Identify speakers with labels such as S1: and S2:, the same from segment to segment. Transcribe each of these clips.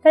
S1: 大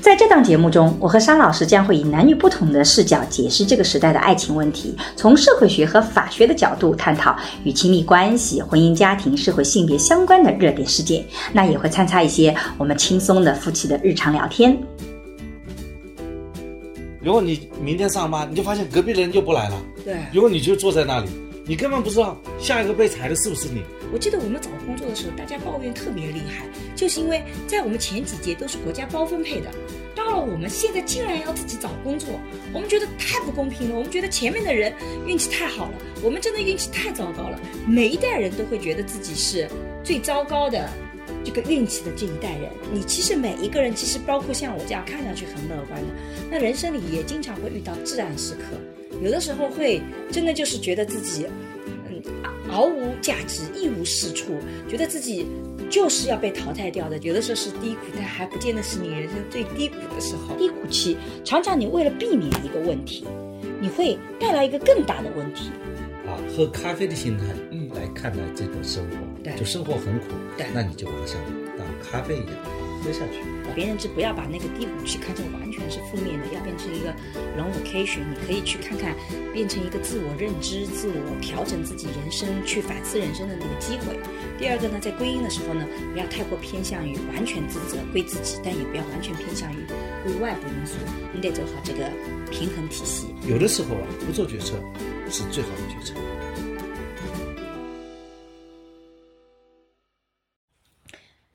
S1: 在这档节目中，我和商老师将会以男女不同的视角解释这个时代的爱情问题，从社会学和法学的角度探讨与亲密关系、婚姻家庭、社会性别相关的热点事件。那也会参差一些我们轻松的夫妻的日常聊天。
S2: 如果你明天上班，你就发现隔壁的人就不来了。
S3: 对，
S2: 如果你就坐在那里，你根本不知道下一个被裁的是不是你。
S3: 我记得我们找工作的时候，大家抱怨特别厉害，就是因为在我们前几届都是国家包分配的，到了我们现在竟然要自己找工作，我们觉得太不公平了。我们觉得前面的人运气太好了，我们真的运气太糟糕了。每一代人都会觉得自己是最糟糕的这个运气的这一代人。你其实每一个人，其实包括像我这样看上去很乐观的，那人生里也经常会遇到至暗时刻，有的时候会真的就是觉得自己。嗯毫无价值，一无是处，觉得自己就是要被淘汰掉的。有的时候是低谷，但还不见得是你人生最低谷的时候。低谷期常常你为了避免一个问题，你会带来一个更大的问题。
S2: 啊，喝咖啡的心态，嗯，来看待这个生活，
S3: 对
S2: 就生活很苦，
S3: 对
S2: 那你就把它像当咖啡一样喝下去。
S3: 别认知不要把那个低谷期看成完全是负面的，要变成一个 long vacation。你可以去看看，变成一个自我认知、自我调整自己人生、去反思人生的那个机会。第二个呢，在归因的时候呢，不要太过偏向于完全自责归自己，但也不要完全偏向于归外部因素。你得走好这个平衡体系。
S2: 有的时候啊，不做决策是最好的决策。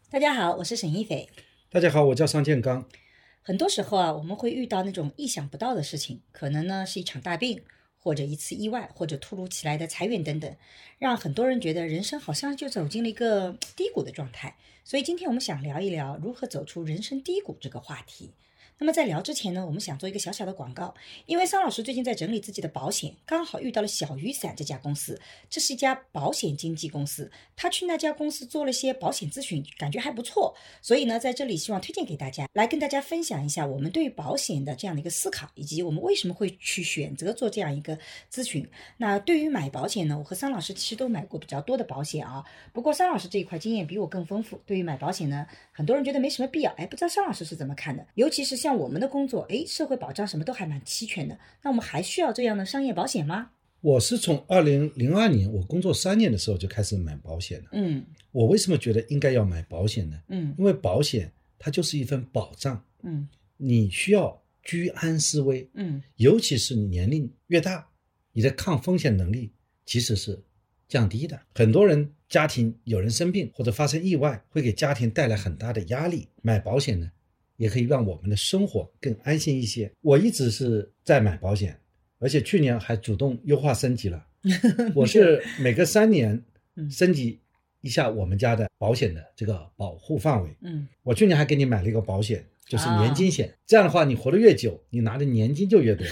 S3: 大家好，我是沈一斐。
S4: 大家好，我叫商建刚。
S3: 很多时候啊，我们会遇到那种意想不到的事情，可能呢是一场大病，或者一次意外，或者突如其来的裁员等等，让很多人觉得人生好像就走进了一个低谷的状态。所以今天我们想聊一聊如何走出人生低谷这个话题。那么在聊之前呢，我们想做一个小小的广告，因为桑老师最近在整理自己的保险，刚好遇到了小雨伞这家公司，这是一家保险经纪公司，他去那家公司做了一些保险咨询，感觉还不错，所以呢，在这里希望推荐给大家，来跟大家分享一下我们对于保险的这样的一个思考，以及我们为什么会去选择做这样一个咨询。那对于买保险呢，我和桑老师其实都买过比较多的保险啊，不过桑老师这一块经验比我更丰富。对于买保险呢，很多人觉得没什么必要，哎，不知道桑老师是怎么看的？尤其是像我们的工作，哎，社会保障什么都还蛮齐全的，那我们还需要这样的商业保险吗？
S4: 我是从二零零二年我工作三年的时候就开始买保险了。
S3: 嗯
S4: 我为什么觉得应该要买保险呢？
S3: 嗯
S4: 因为保险它就是一份保障，
S3: 嗯
S4: 你需要居安思危，
S3: 嗯
S4: 尤其是你年龄越大，你的抗风险能力其实是降低的。很多人家庭有人生病或者发生意外，会给家庭带来很大的压力。买保险呢，也可以让我们的生活更安心一些。我一直是在买保险，而且去年还主动优化升级了。我是每隔三年
S3: 嗯
S4: 升级一下我们家的保险的这个保护范围。
S3: 嗯
S4: 我去年还给你买了一个保险，就是
S3: 啊
S4: 年金险。这样的话，你活得越久，你拿的年金就越 多。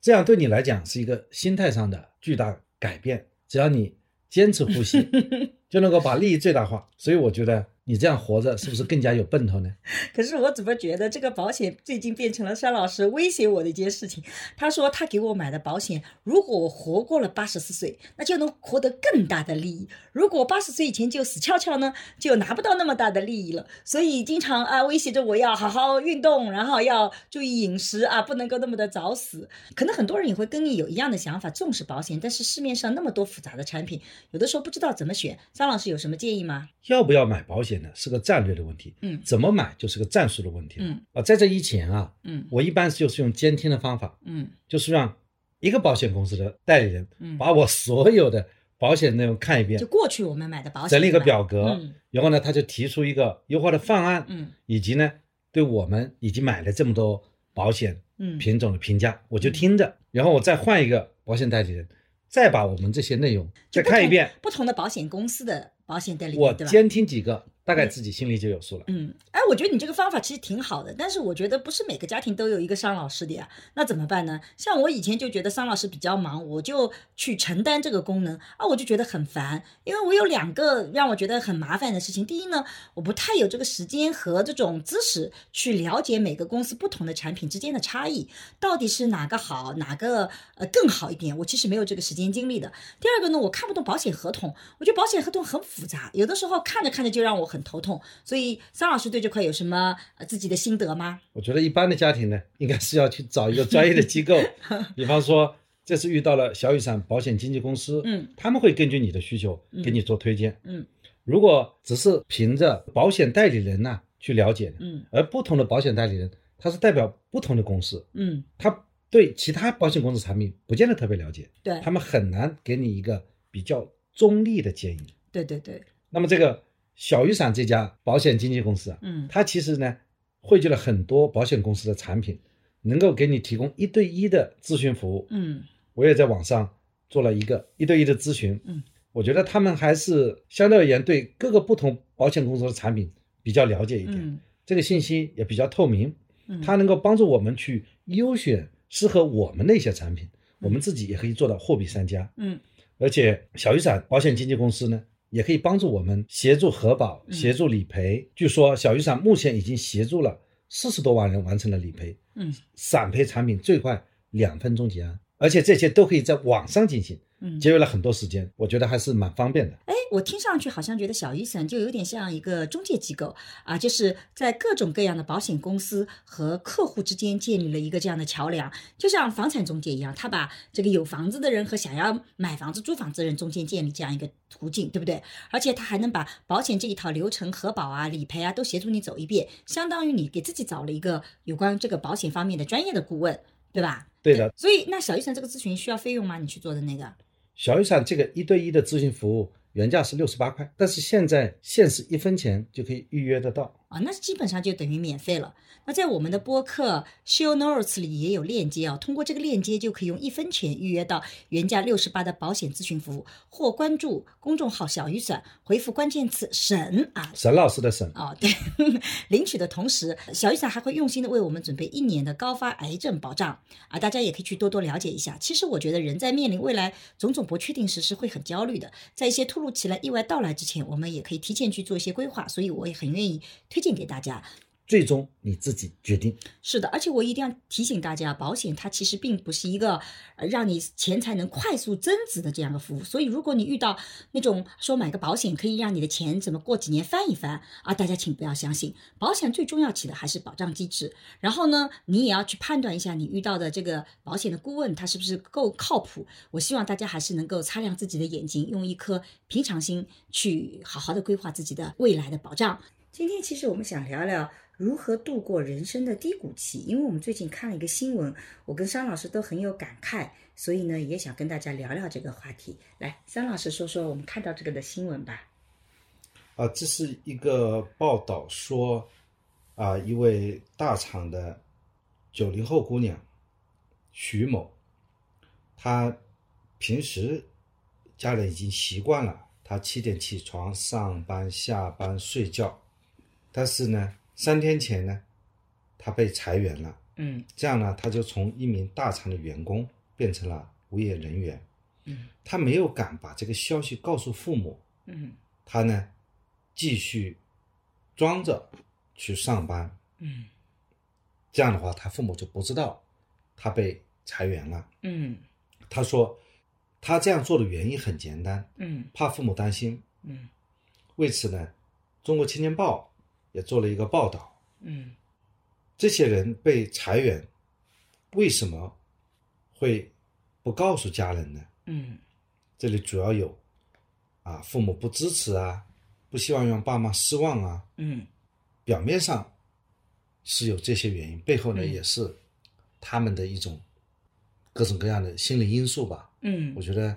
S4: 这样对你来讲是一个心态上的巨大改变。只要你坚持呼 吸，就能够把利益最大化。所以我觉得你这样活着是不是更加有奔头呢？
S3: 可是我怎么觉得这个保险最近变成了山老师威胁我的一件事情？他说他给我买的保险，如果我活过了八十四岁，那就能获得更大的利益；如果八十岁以前就死翘翘呢，就拿不到那么大的利益了。所以经常啊威胁着我要好好运动，然后要注意饮食啊，不能够那么的早死。可能很多人也会跟你有一样的想法，重视保险，但是市面上那么多复杂的产品，有的时候不知道怎么选。张老师有什么建议吗？
S4: 要不要买保险呢？是个战略的问题。
S3: 嗯
S4: 怎么买就是个战术的问题。
S3: 嗯
S4: 啊，在这以前啊，
S3: 嗯
S4: 我一般就是用监听的方法，
S3: 嗯
S4: 就是让一个保险公司的代理人
S3: 嗯，
S4: 把我所有的保险内容看一遍
S3: 就，过去我们买的保险
S4: 整理一个
S3: 对吧
S4: 表格，
S3: 嗯
S4: 然后呢，他就提出一个优化的方案，
S3: 嗯
S4: 以及呢，对我们已经买了这么多保险
S3: 嗯
S4: 品种的评价，我就听着，然后我再换一个保险代理人，再把我们这些内容
S3: 就
S4: 再
S3: 不
S4: 看一
S3: 同
S4: 遍，
S3: 不同的保险公司的保险代理人，
S4: 我
S3: 对吧？
S4: 监听几个，大概自己心里就有数了。
S3: 嗯，哎，我觉得你这个方法其实挺好的，但是我觉得不是每个家庭都有一个商老师的呀，那怎么办呢？像我以前就觉得商老师比较忙，我就去承担这个功能啊，我就觉得很烦，因为我有两个让我觉得很麻烦的事情。第一呢，我不太有这个时间和这种知识去了解每个公司不同的产品之间的差异，到底是哪个好，哪个呃更好一点，我其实没有这个时间精力的。第二个呢，我看不懂保险合同，我觉得保险合同很复杂，有的时候看着看着就让我很头痛。所以，桑老师对这块有什么呃自己的心得吗？
S4: 我觉得一般的家庭呢，应该是要去找一个专业的机构，比方说这次遇到了小雨伞保险经纪公司，
S3: 嗯，
S4: 他们会根据你的需求
S3: 嗯
S4: 给你做推荐，
S3: 嗯
S4: 如果只是凭着保险代理人呐去了解的，
S3: 嗯
S4: 而不同的保险代理人他是代表不同的公司，
S3: 嗯，
S4: 他对其他保险公司产品不见得特别了解，
S3: 对
S4: 他们很难给你一个比较中立的建议。
S3: 对对对，
S4: 那么这个小雨伞这家保险经纪公司啊，
S3: 嗯
S4: 它其实呢汇聚了很多保险公司的产品，能够给你提供一对一的咨询服务。
S3: 嗯
S4: 我也在网上做了一个一对一的咨询，
S3: 嗯，
S4: 我觉得他们还是相对而言对各个不同保险公司的产品比较了解一点，
S3: 嗯
S4: 这个信息也比较透明，
S3: 嗯，
S4: 它能够帮助我们去优选适合我们的一些产品，我们自己也可以做到货比三家。
S3: 嗯
S4: 而且小雨伞保险经纪公司呢，也可以帮助我们协助核保、
S3: 嗯
S4: 协助理赔。据说小雨伞目前已经协助了四十多万人完成了理赔，
S3: 嗯
S4: 伞赔产品最快两分钟结案，而且这些都可以在网上进行，
S3: 嗯。
S4: 节约了很多时间，我觉得还是蛮方便的。
S3: 哎，我听上去好像觉得小雨伞就有点像一个中介机构啊，就是在各种各样的保险公司和客户之间建立了一个这样的桥梁，就像房产中介一样，他把这个有房子的人和想要买房子、租房子的人中间建立这样一个途径，对不对？而且他还能把保险这一套流程、核保啊、理赔啊都协助你走一遍，相当于你给自己找了一个有关这个保险方面的专业的顾问，对吧？
S4: 对的，
S3: 所以那小雨伞这个咨询需要费用吗？你去做的那个？
S4: 小雨伞这个一对一的咨询服务原价是六十八块，但是现在限时一分钱就可以预约得到。
S3: 啊，那基本上就等于免费了。那在我们的播客 show notes 里也有链接啊，通过这个链接就可以用一分钱预约到原价六十八的保险咨询服务，或关注公众号“小雨伞”，回复关键词“省”啊。
S4: 沈老师的沈，
S3: 哦，对，领取的同时，小雨伞还会用心的为我们准备一年的高发癌症保障啊，大家也可以去多多了解一下。其实我觉得人在面临未来种种不确定时是会很焦虑的，在一些突如其来意外到来之前，我们也可以提前去做一些规划，所以我也很愿意推荐给大家。
S4: 最终你自己决定。
S3: 是的，而且我一定要提醒大家，保险它其实并不是一个呃让你钱财能快速增值的这样的服务。所以，如果你遇到那种说买个保险可以让你的钱怎么过几年翻一番啊，大家请不要相信。保险最重要起的还是保障机制。然后呢，你也要去判断一下你遇到的这个保险的顾问他是不是够靠谱。我希望大家还是能够擦亮自己的眼睛，用一颗平常心去好好的规划自己的未来的保障。今天其实我们想聊聊如何度过人生的低谷期，因为我们最近看了一个新闻，我跟商老师都很有感慨，所以呢也想跟大家聊聊这个话题。来，商老师说说我们看到这个的新闻吧。
S4: 啊，这是一个报道说，啊，一位大厂的九零后姑娘徐某，她平时家人已经习惯了她七点起床上班、下班、睡觉，但是呢，三天前呢，她被裁员了。
S3: 嗯
S4: 这样呢，他就从一名大厂的员工变成了无业人员。
S3: 嗯，
S4: 他没有敢把这个消息告诉父母，
S3: 嗯
S4: 他呢继续装着去上班。
S3: 嗯
S4: 这样的话，他父母就不知道他被裁员了。
S3: 嗯
S4: 他说，他这样做的原因很简单，
S3: 嗯
S4: 怕父母担心。
S3: 嗯
S4: 为此呢，《中国青年报》也做了一个报道，
S3: 嗯
S4: 这些人被裁员，为什么会不告诉家人呢？
S3: 嗯
S4: 这里主要有啊，父母不支持啊，不希望让爸妈失望啊。
S3: 嗯
S4: 表面上是有这些原因，背后呢
S3: 嗯
S4: 也是他们的一种各种各样的心理因素吧。我
S3: 嗯
S4: 觉得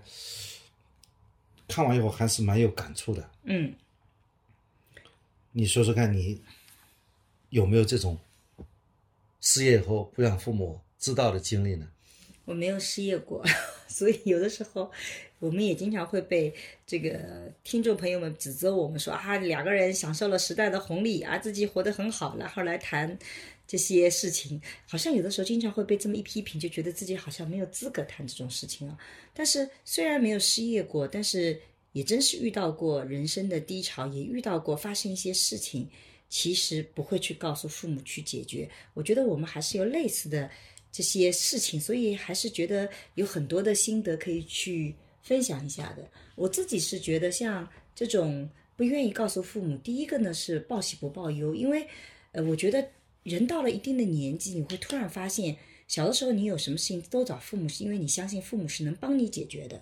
S4: 看完以后还是蛮有感触的。
S3: 嗯，
S4: 你说说看，你有没有这种失业以后不让父母知道的经历呢？
S3: 我没有失业过， 所以有的时候我们也经常会被这个听众朋友们指责我们说啊，两个人享受了时代的红利啊，自己活得很好，然后来谈这些事情，好像有的时候经常会被这么一批评，就觉得自己好像没有资格谈这种事情啊。但是虽然没有失业过，但是也真是遇到过人生的低潮，也遇到过发生一些事情，其实不会去告诉父母去解决。我觉得我们还是有类似的这些事情，所以还是觉得有很多的心得可以去分享一下的。我自己是觉得像这种不愿意告诉父母，第一个呢是报喜不报忧，因为呃，我觉得人到了一定的年纪，你会突然发现，小的时候你有什么事情都找父母，是因为你相信父母是能帮你解决的。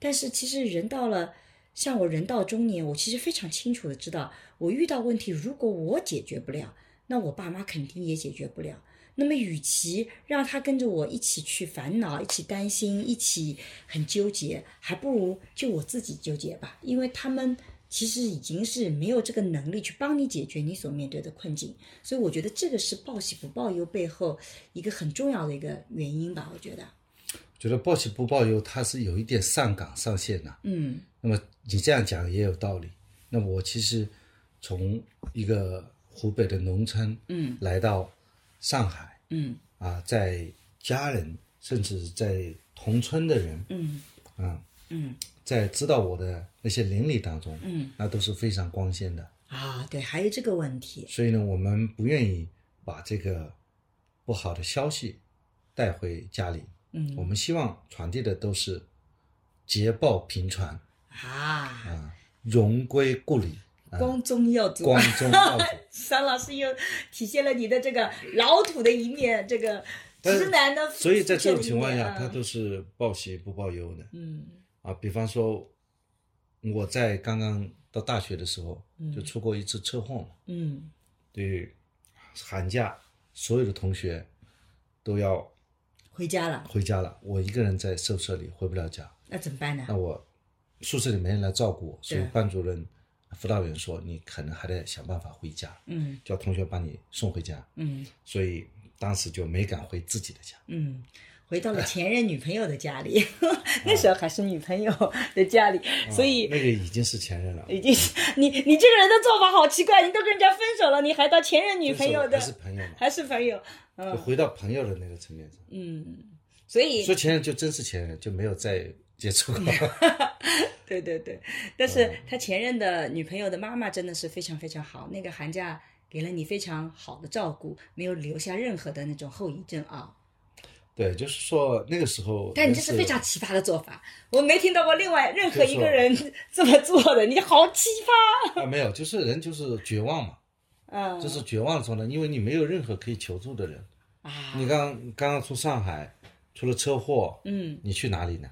S3: 但是其实人到了，像我人到中年，我其实非常清楚的知道，我遇到问题，如果我解决不了，那我爸妈肯定也解决不了。那么，与其让他跟着我一起去烦恼、一起担心、一起很纠结，还不如就我自己纠结吧，因为他们其实已经是没有这个能力去帮你解决你所面对的困境。所以，我觉得这个是报喜不报忧背后一个很重要的一个原因吧。我觉得，
S4: 觉得报喜不报忧，它是有一点上纲上线的、
S3: 嗯
S4: 那么你这样讲也有道理。那么我其实从一个湖北的农村，
S3: 嗯
S4: 来到上海
S3: 嗯
S4: 啊，在家人甚至在同村的人
S3: 嗯
S4: 啊，
S3: 嗯
S4: 在知道我的那些邻里当中，
S3: 嗯
S4: 那都是非常光鲜的。
S3: 啊，对，还有这个问题，
S4: 所以呢，我们不愿意把这个不好的消息带回家里，
S3: 嗯，
S4: 我们希望传递的都是捷报频传
S3: 啊，
S4: 啊，荣归故里，啊、
S3: 光宗耀祖，
S4: 光宗 耀祖。
S3: 桑老师又体现了你的这个老土的一面，这个
S4: 但是
S3: 直男的。
S4: 所以在这种情况
S3: 肤
S4: 下，
S3: 浅的啊一
S4: 他
S3: 面
S4: 都是报喜不报忧的
S3: 嗯
S4: 啊。比方说，我在刚刚到大学的时候
S3: 嗯
S4: 就出过一次车祸嘛，
S3: 嗯
S4: 对于寒假所有的同学都要
S3: 回家了，
S4: 回家了，我一个人在宿舍里回不了家，
S3: 那怎么办呢
S4: 那？我宿舍里没人来照顾我，所以
S3: 对
S4: 班主任、辅导员说你可能还得想办法回家，
S3: 嗯
S4: 叫同学把你送回家，
S3: 嗯
S4: 所以当时就没敢回自己的家。
S3: 嗯，回到了前任女朋友的家 里，那时候还是女朋友的家里，所以
S4: 啊那个已经是前任了，
S3: 已经是你你这个人的做法好奇怪，你都跟人家分手了，你还到前任女朋友的嗯
S4: 还是朋友嘛，
S3: 还是朋友，
S4: 就回到朋友的那个层面上。
S3: 嗯，所以
S4: 说前任就真是前任，就没有再接触过。
S3: 对对对，但是
S4: 嗯
S3: 他前任的女朋友的妈妈真的是非常非常好，那个寒假给了你非常好的照顾，没有留下任何的那种后遗症啊。
S4: 对，就是说那个时候，
S3: 但你这是非常奇葩的做法，我没听到过另外任何一个人这么做的，你好奇葩。
S4: 啊，没有，就是人就是绝望嘛，
S3: 嗯，
S4: 就是绝望的时候呢，因为你没有任何可以求助的人。
S3: 啊，
S4: 你刚刚刚出上海，出了车祸，
S3: 嗯
S4: 你去哪里呢？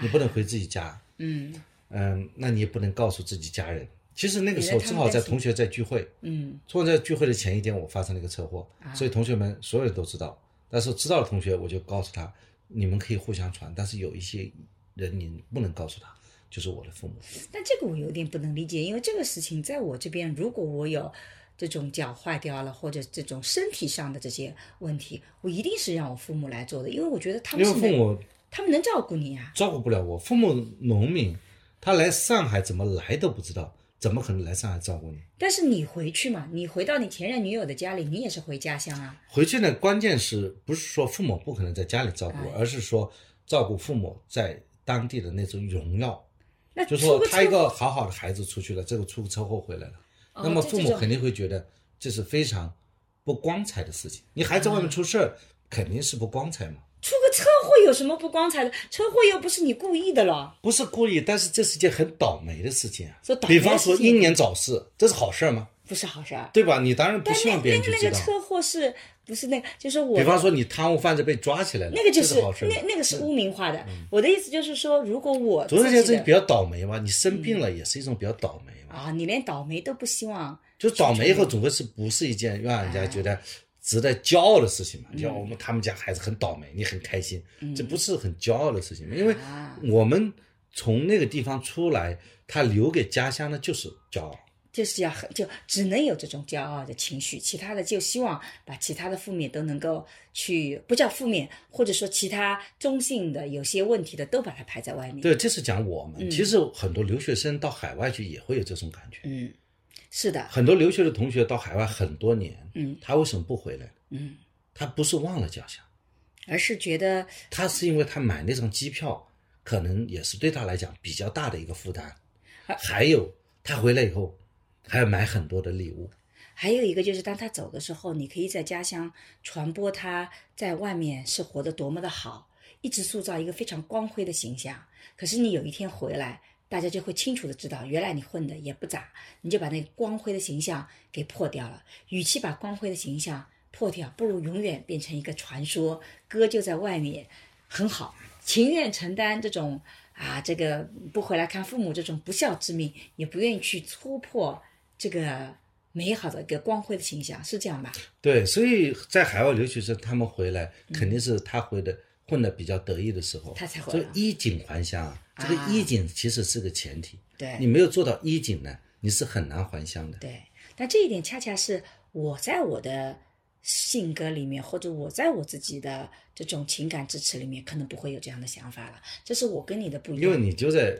S4: 你不能回自己家，
S3: 嗯
S4: 嗯，那你也不能告诉自己家人。其实那个时候
S3: 你让他
S4: 正
S3: 们
S4: 好在
S3: 担心
S4: 同学在聚会，
S3: 嗯
S4: 突然在聚会的前一天，我发生了一个车祸，
S3: 啊
S4: 所以同学们所有人都知道。但是知道的同学，我就告诉他，你们可以互相传，但是有一些人你不能告诉他，就是我的父母。
S3: 但这个我有点不能理解，因为这个事情在我这边，如果我有这种脚坏掉了或者这种身体上的这些问题，我一定是让我父母来做的，因为我觉得他
S4: 因
S3: 们
S4: 为
S3: 是
S4: 父
S3: 能
S4: 母
S3: 他们能照顾你啊。
S4: 照顾不了我，父母农民，他来上海怎么来都不知道，怎么可能来上海照顾你？
S3: 但是你回去嘛，你回到你前任女友的家里，你也是回家乡啊。
S4: 回去呢，关键是不是说父母不可能在家里照顾我，
S3: 哎
S4: 而是说照顾父母在当地的那种荣耀，
S3: 那
S4: 就
S3: 出
S4: 说
S3: 个
S4: 他一
S3: 车祸
S4: 个好好的孩子出去了，这个出个车祸回来了，
S3: 哦
S4: 那么
S3: 这
S4: 父
S3: 这
S4: 母
S3: 种
S4: 肯定会觉得这是非常不光彩的事情。你孩子外
S3: 嗯
S4: 面出事儿，肯定是不光彩嘛，
S3: 出个车祸有什么不光彩的？车祸又不是你故意的了。
S4: 不是故意，但是这是件很倒霉的事情啊
S3: 说。倒霉
S4: 比
S3: 的
S4: 方说
S3: 事情
S4: 英年早逝，这是好事儿吗？
S3: 不是好事儿。
S4: 对吧？你当然不
S3: 但
S4: 希
S3: 那
S4: 望别人
S3: 那
S4: 就
S3: 个那
S4: 知
S3: 个
S4: 道。
S3: 车祸是不是那个？就是我
S4: 比方说你贪污犯罪被抓起来了，
S3: 那个就
S4: 这
S3: 是
S4: 是好事儿嗯吗
S3: 那那个是污名化的。我的意思就是说，如果我
S4: 总而言
S3: 自己
S4: 之，
S3: 的嗯
S4: 比较倒霉嘛，你生病了也是一种比较倒霉嘛。
S3: 啊，你连倒霉都不希望。
S4: 就倒霉以后，总归是不是一件让
S3: 哎
S4: 人家觉得值得骄傲的事情嘛？
S3: 嗯
S4: 就像我们他们家孩子很倒霉，你很开心，这不是很骄傲的事情嘛？因为
S3: 啊
S4: 我们从那个地方出来，他留给家乡的就是骄傲。
S3: 就是要很就只能有这种骄傲的情绪，其他的就希望把其他的负面都能够去不叫负面，或者说其他中性的有些问题的都把它排在外面。
S2: 对，这是讲我们。
S3: 嗯
S2: 其实很多留学生到海外去也会有这种感觉。
S3: 嗯，是的，
S2: 很多留学的同学到海外很多年，
S3: 嗯
S2: 他为什么不回来？
S3: 嗯，
S2: 他不是忘了家乡，
S3: 而是觉得
S2: 他是因为他买那张机票，可能也是对他来讲比较大的一个负担。
S3: 啊
S2: 还有，他回来以后还要买很多的礼物。
S3: 还有一个就是，当他走的时候，你可以在家乡传播他在外面是活得多么的好，一直塑造一个非常光辉的形象。可是你有一天回来，大家就会清楚的知道，原来你混的也不咋，你就把那个光辉的形象给破掉了。与其把光辉的形象破掉，不如永远变成一个传说，歌就在外面，很好，情愿承担这种。啊，这个不回来看父母这种不孝之命，也不愿意去戳破这个美好的一个光辉的形象，是这样吧？
S2: 对，所以在海外留学生他们回来，肯定是他回的混的比较得意的时候，
S3: 他才回
S2: 所
S3: 来
S2: 以衣锦还乡啊，这个
S3: 啊
S2: 衣锦其实是个前提，
S3: 对
S2: 你没有做到衣锦呢，你是很难还乡的。
S3: 对，但这一点恰恰是我在我的性格里面，或者我在我自己的这种情感支持里面，可能不会有这样的想法了。这是我跟你的不一样。
S2: 因为你就在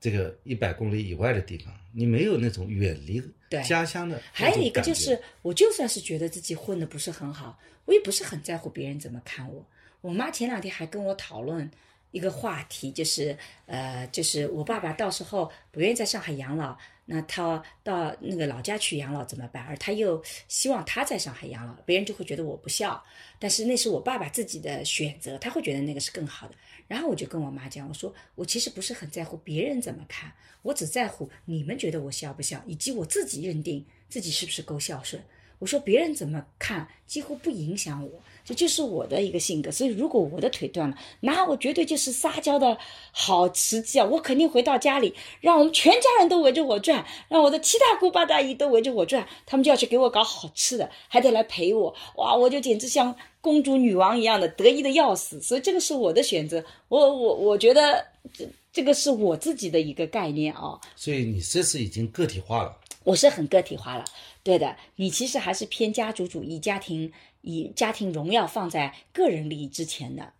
S2: 这个一百公里以外的地方，你没有那种远离
S3: 对
S2: 家乡的。
S3: 还有一个就是，，我就算是觉得自己混的不是很好，我也不是很在乎别人怎么看我。我妈前两天还跟我讨论一个话题，就是呃，就是我爸爸到时候不愿意在上海养老，那他到那个老家去养老怎么办？而他又希望他在上海养老，别人就会觉得我不孝。但是那是我爸爸自己的选择，他会觉得那个是更好的。然后我就跟我妈讲，我说我其实不是很在乎别人怎么看，我只在乎你们觉得我孝不孝，以及我自己认定自己是不是够孝顺。我说别人怎么看几乎不影响我，这就是我的一个性格。所以如果我的腿断了，那我绝对就是撒娇的好时机啊！我肯定回到家里，让我们全家人都围着我转，让我的七大姑八大姨都围着我转，他们就要去给我搞好吃的，还得来陪我，哇！我就简直像公主女王一样的得意的要死。所以这个是我的选择，我我我觉得这这个是我自己的一个概念啊、
S2: 所以你这次已经个体化了。
S3: 我是很个体化了，对的，你其实还是偏家族主义，家庭以家庭荣耀放在个人利益之前的，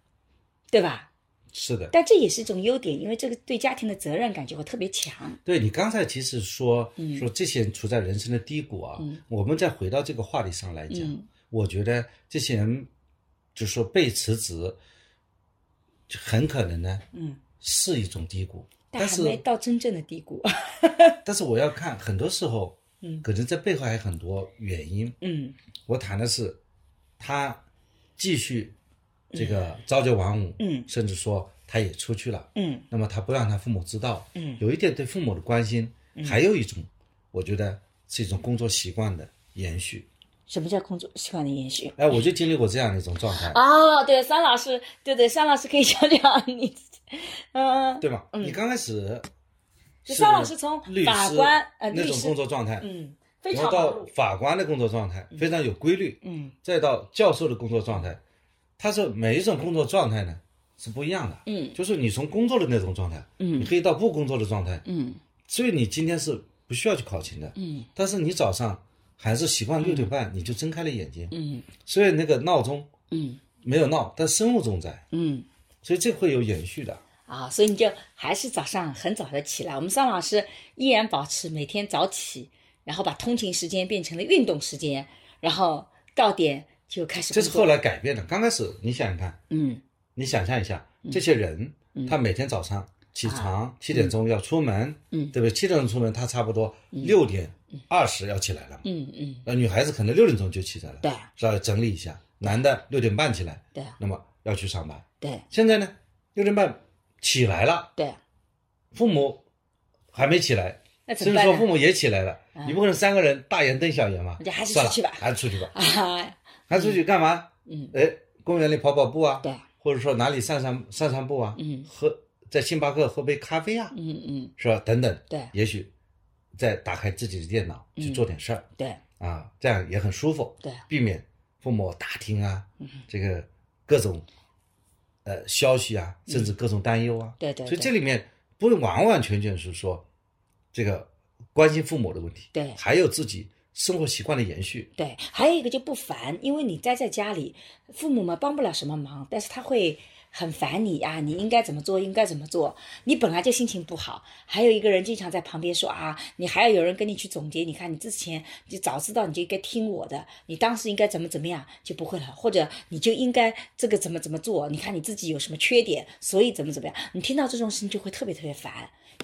S3: 对吧？
S2: 是的，
S3: 但这也是一种优点，因为这个对家庭的责任感就会特别强。
S2: 对你刚才其实说
S3: 嗯
S2: 说这些人处在人生的低谷啊
S3: 嗯，
S2: 我们再回到这个话题上来讲
S3: 嗯，
S2: 我觉得这些人就说被辞职，很可能呢
S3: 嗯，
S2: 是一种低谷，
S3: 但
S2: 但
S3: 还没
S2: 是
S3: 到真正的低谷。
S2: 但是我要看，很多时候
S3: 嗯
S2: 可能在背后还有很多原因。
S3: 嗯
S2: 我谈的是他继续这个朝九晚五，
S3: 嗯
S2: 甚至说他也出去了，
S3: 嗯
S2: 那么他不让他父母知道，
S3: 嗯
S2: 有一点对父母的关心，还有一种，我觉得是一种工作习惯的延续。
S3: 什么叫工作习惯的延续？
S2: 哎，我就经历过这样的一种状态，
S3: 哦，对，桑老师，对对，桑老师可以讲讲你自己，嗯、
S2: 对吧？你刚开始
S3: 就是张老师从
S2: 律
S3: 法
S2: 师
S3: 官呃
S2: 那
S3: 律
S2: 种
S3: 师
S2: 工作状态，
S3: 嗯，非
S2: 然
S3: 常
S2: 后
S3: 忙
S2: 到
S3: 碌，
S2: 法官的工作状态非常有规律，
S3: 嗯
S2: 再到教授的工作状态，他是每一种工作状态呢是不一样的。
S3: 嗯
S2: 就是你从工作的那种状态，
S3: 嗯
S2: 你可以到不工作的状态，
S3: 嗯
S2: 所以你今天是不需要去考勤的，
S3: 嗯
S2: 但是你早上还是习惯六点半，你就睁开了眼睛，
S3: 嗯
S2: 所以那个闹钟
S3: 嗯
S2: 没有闹，但生物钟在，
S3: 嗯。
S2: 所以这会有延续的。
S3: 啊，所以你就还是早上很早的起来。我们桑老师依然保持每天早起，然后把通勤时间变成了运动时间，然后到点就开始
S2: 这
S3: 工
S2: 是
S3: 作。
S2: 后来改变的。刚开始你想想看，
S3: 嗯
S2: 你想象一下，这些人他每天早上起床七点钟要出门，
S3: 啊嗯
S2: 对不对？七点钟出门，他差不多六点二十要起来了嘛。
S3: 嗯嗯，
S2: 那女孩子可能六点钟就起来了，
S3: 对
S2: 是吧？整理一下，男的六点半起来，
S3: 对
S2: 那么要去上班。
S3: 对
S2: 现在呢，六点半起来了，
S3: 对，
S2: 父母还没起来，
S3: 那怎
S2: 甚
S3: 么办
S2: 至说
S3: 呢？
S2: 父母也起来了，
S3: 嗯
S2: 你不可能三个人大眼瞪小眼嘛。
S3: 那就还是
S2: 算了
S3: 出去吧
S2: 还是出去吧，
S3: 啊，
S2: 还出去干嘛？
S3: 嗯，
S2: 哎，公园里跑跑步啊，
S3: 对，
S2: 或者说哪里散散散散步啊，
S3: 嗯
S2: 喝在星巴克喝杯咖啡啊，
S3: 嗯嗯，
S2: 是吧？等等，
S3: 对
S2: 也许再打开自己的电脑去做点事儿
S3: 对
S2: 啊，这样也很舒服，
S3: 对，
S2: 避免父母打听啊
S3: 嗯，
S2: 这个各种呃消息啊，
S3: 嗯
S2: 甚至各种担忧啊，
S3: 对对
S2: 所以
S3: 对
S2: 这里面不完完全全是说这个关心父母的问题，
S3: 对
S2: 还有自己生活习惯的延续，
S3: 对，还有一个就不烦，因为你待在家里，父母嘛帮不了什么忙，但是他会很烦你啊，你应该怎么做，应该怎么做，你本来就心情不好，还有一个人经常在旁边说啊，你还要有人跟你去总结，你看你之前就早知道你就应该听我的，你当时应该怎么怎么样就不会了，或者你就应该这个怎么怎么做，你看你自己有什么缺点，所以怎么怎么样，你听到这种事情就会特别特别烦，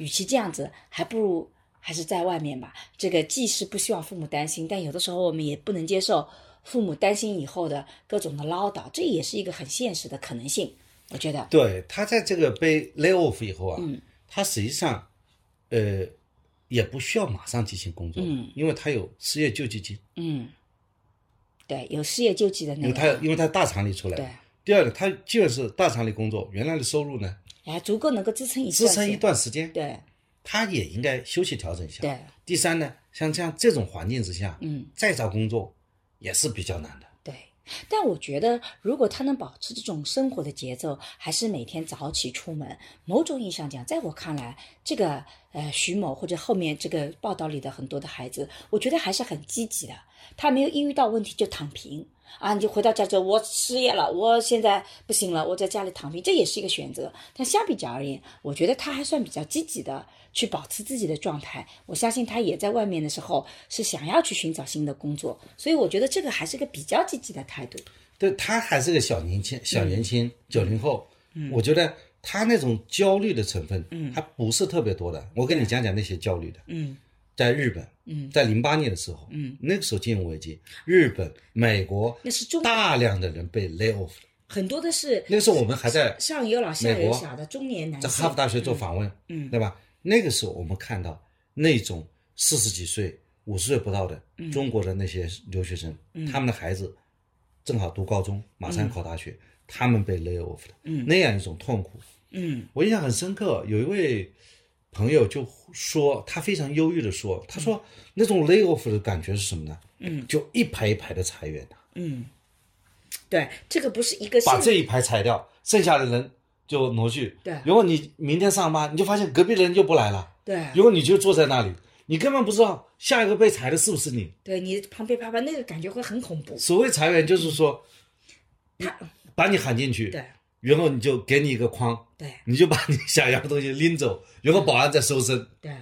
S3: 与其这样子，还不如还是在外面吧。这个既是不希望父母担心，但有的时候我们也不能接受父母担心以后的各种的唠叨，这也是一个很现实的可能性。我觉得，
S2: 对他在这个被 lay off 以后啊，
S3: 嗯
S2: 他实际上，呃，也不需要马上进行工作，
S3: 嗯
S2: 因为他有失业救济金，
S3: 嗯，对，有失业救济的
S2: 因
S3: 那
S2: 为他
S3: 个，
S2: 因为他大厂里出来
S3: 嗯对
S2: 的。，第二个，他既然是大厂里工作，原来的收入呢
S3: 还足够能够支撑一
S2: 支撑一
S3: 时，
S2: 段时间，
S3: 对
S2: 他也应该休息调整一下。
S3: 对，
S2: 第三呢，像这样这种环境之下，
S3: 嗯
S2: 再找工作也是比较难的。
S3: 对。但我觉得，如果他能保持这种生活的节奏，还是每天早起出门，某种意义上讲，在我看来，这个呃徐某或者后面这个报道里的很多的孩子，我觉得还是很积极的。他没有一遇到问题就躺平啊，你就回到家之后，我失业了，我现在不行了，我在家里躺平，这也是一个选择。但相比较而言，我觉得他还算比较积极的去保持自己的状态。我相信他也在外面的时候是想要去寻找新的工作，所以我觉得这个还是个比较积极的态度。
S2: 对他还是个小年
S3: 嗯
S2: 轻，小年轻，九零、后，我觉得他那种焦虑的成分，
S3: 嗯
S2: 还不是特别多的。我跟你讲讲那些焦虑的，
S3: 嗯
S2: 在日本，
S3: 嗯
S2: 在零八年的时候，
S3: 嗯，
S2: 那个时候金融危机，日本、美国
S3: 那是中
S2: 大量的人被 lay off 了。
S3: 很多的是
S2: 那个时候我们还在
S3: 上有老下
S2: 美
S3: 有
S2: 国
S3: 小的中年男
S2: 在
S3: 性，
S2: 哈佛大学做访问，
S3: 嗯
S2: 对吧？那个时候我们看到那种四十几岁、五十岁不到的
S3: 嗯
S2: 中国的那些留学生，他们的孩子正好读高中，马
S3: 嗯
S2: 上考大学，他们被 lay off 了，那样一种痛苦，
S3: 嗯
S2: 我印象很深刻。有一位朋友就说，他非常忧郁的说，他说那种 lay off 的感觉是什么呢？
S3: 嗯
S2: 就一排一排的裁员，
S3: 嗯，对，这个不是一个
S2: 把
S3: 现
S2: 这一排裁掉，剩下的人就挪去。
S3: 对
S2: 如果你明天上班，你就发现隔壁的人就不来了。
S3: 对
S2: 如果你就坐在那里，你根本不知道下一个被裁的是不是你。
S3: 对你旁边啪啪那个感觉会很恐怖。
S2: 所谓裁员，就是说
S3: 他
S2: 把你喊进去，
S3: 对
S2: 然后你就给你一个框，
S3: 对
S2: 你就把你想要的东西拎走，然后保安再搜身，
S3: 对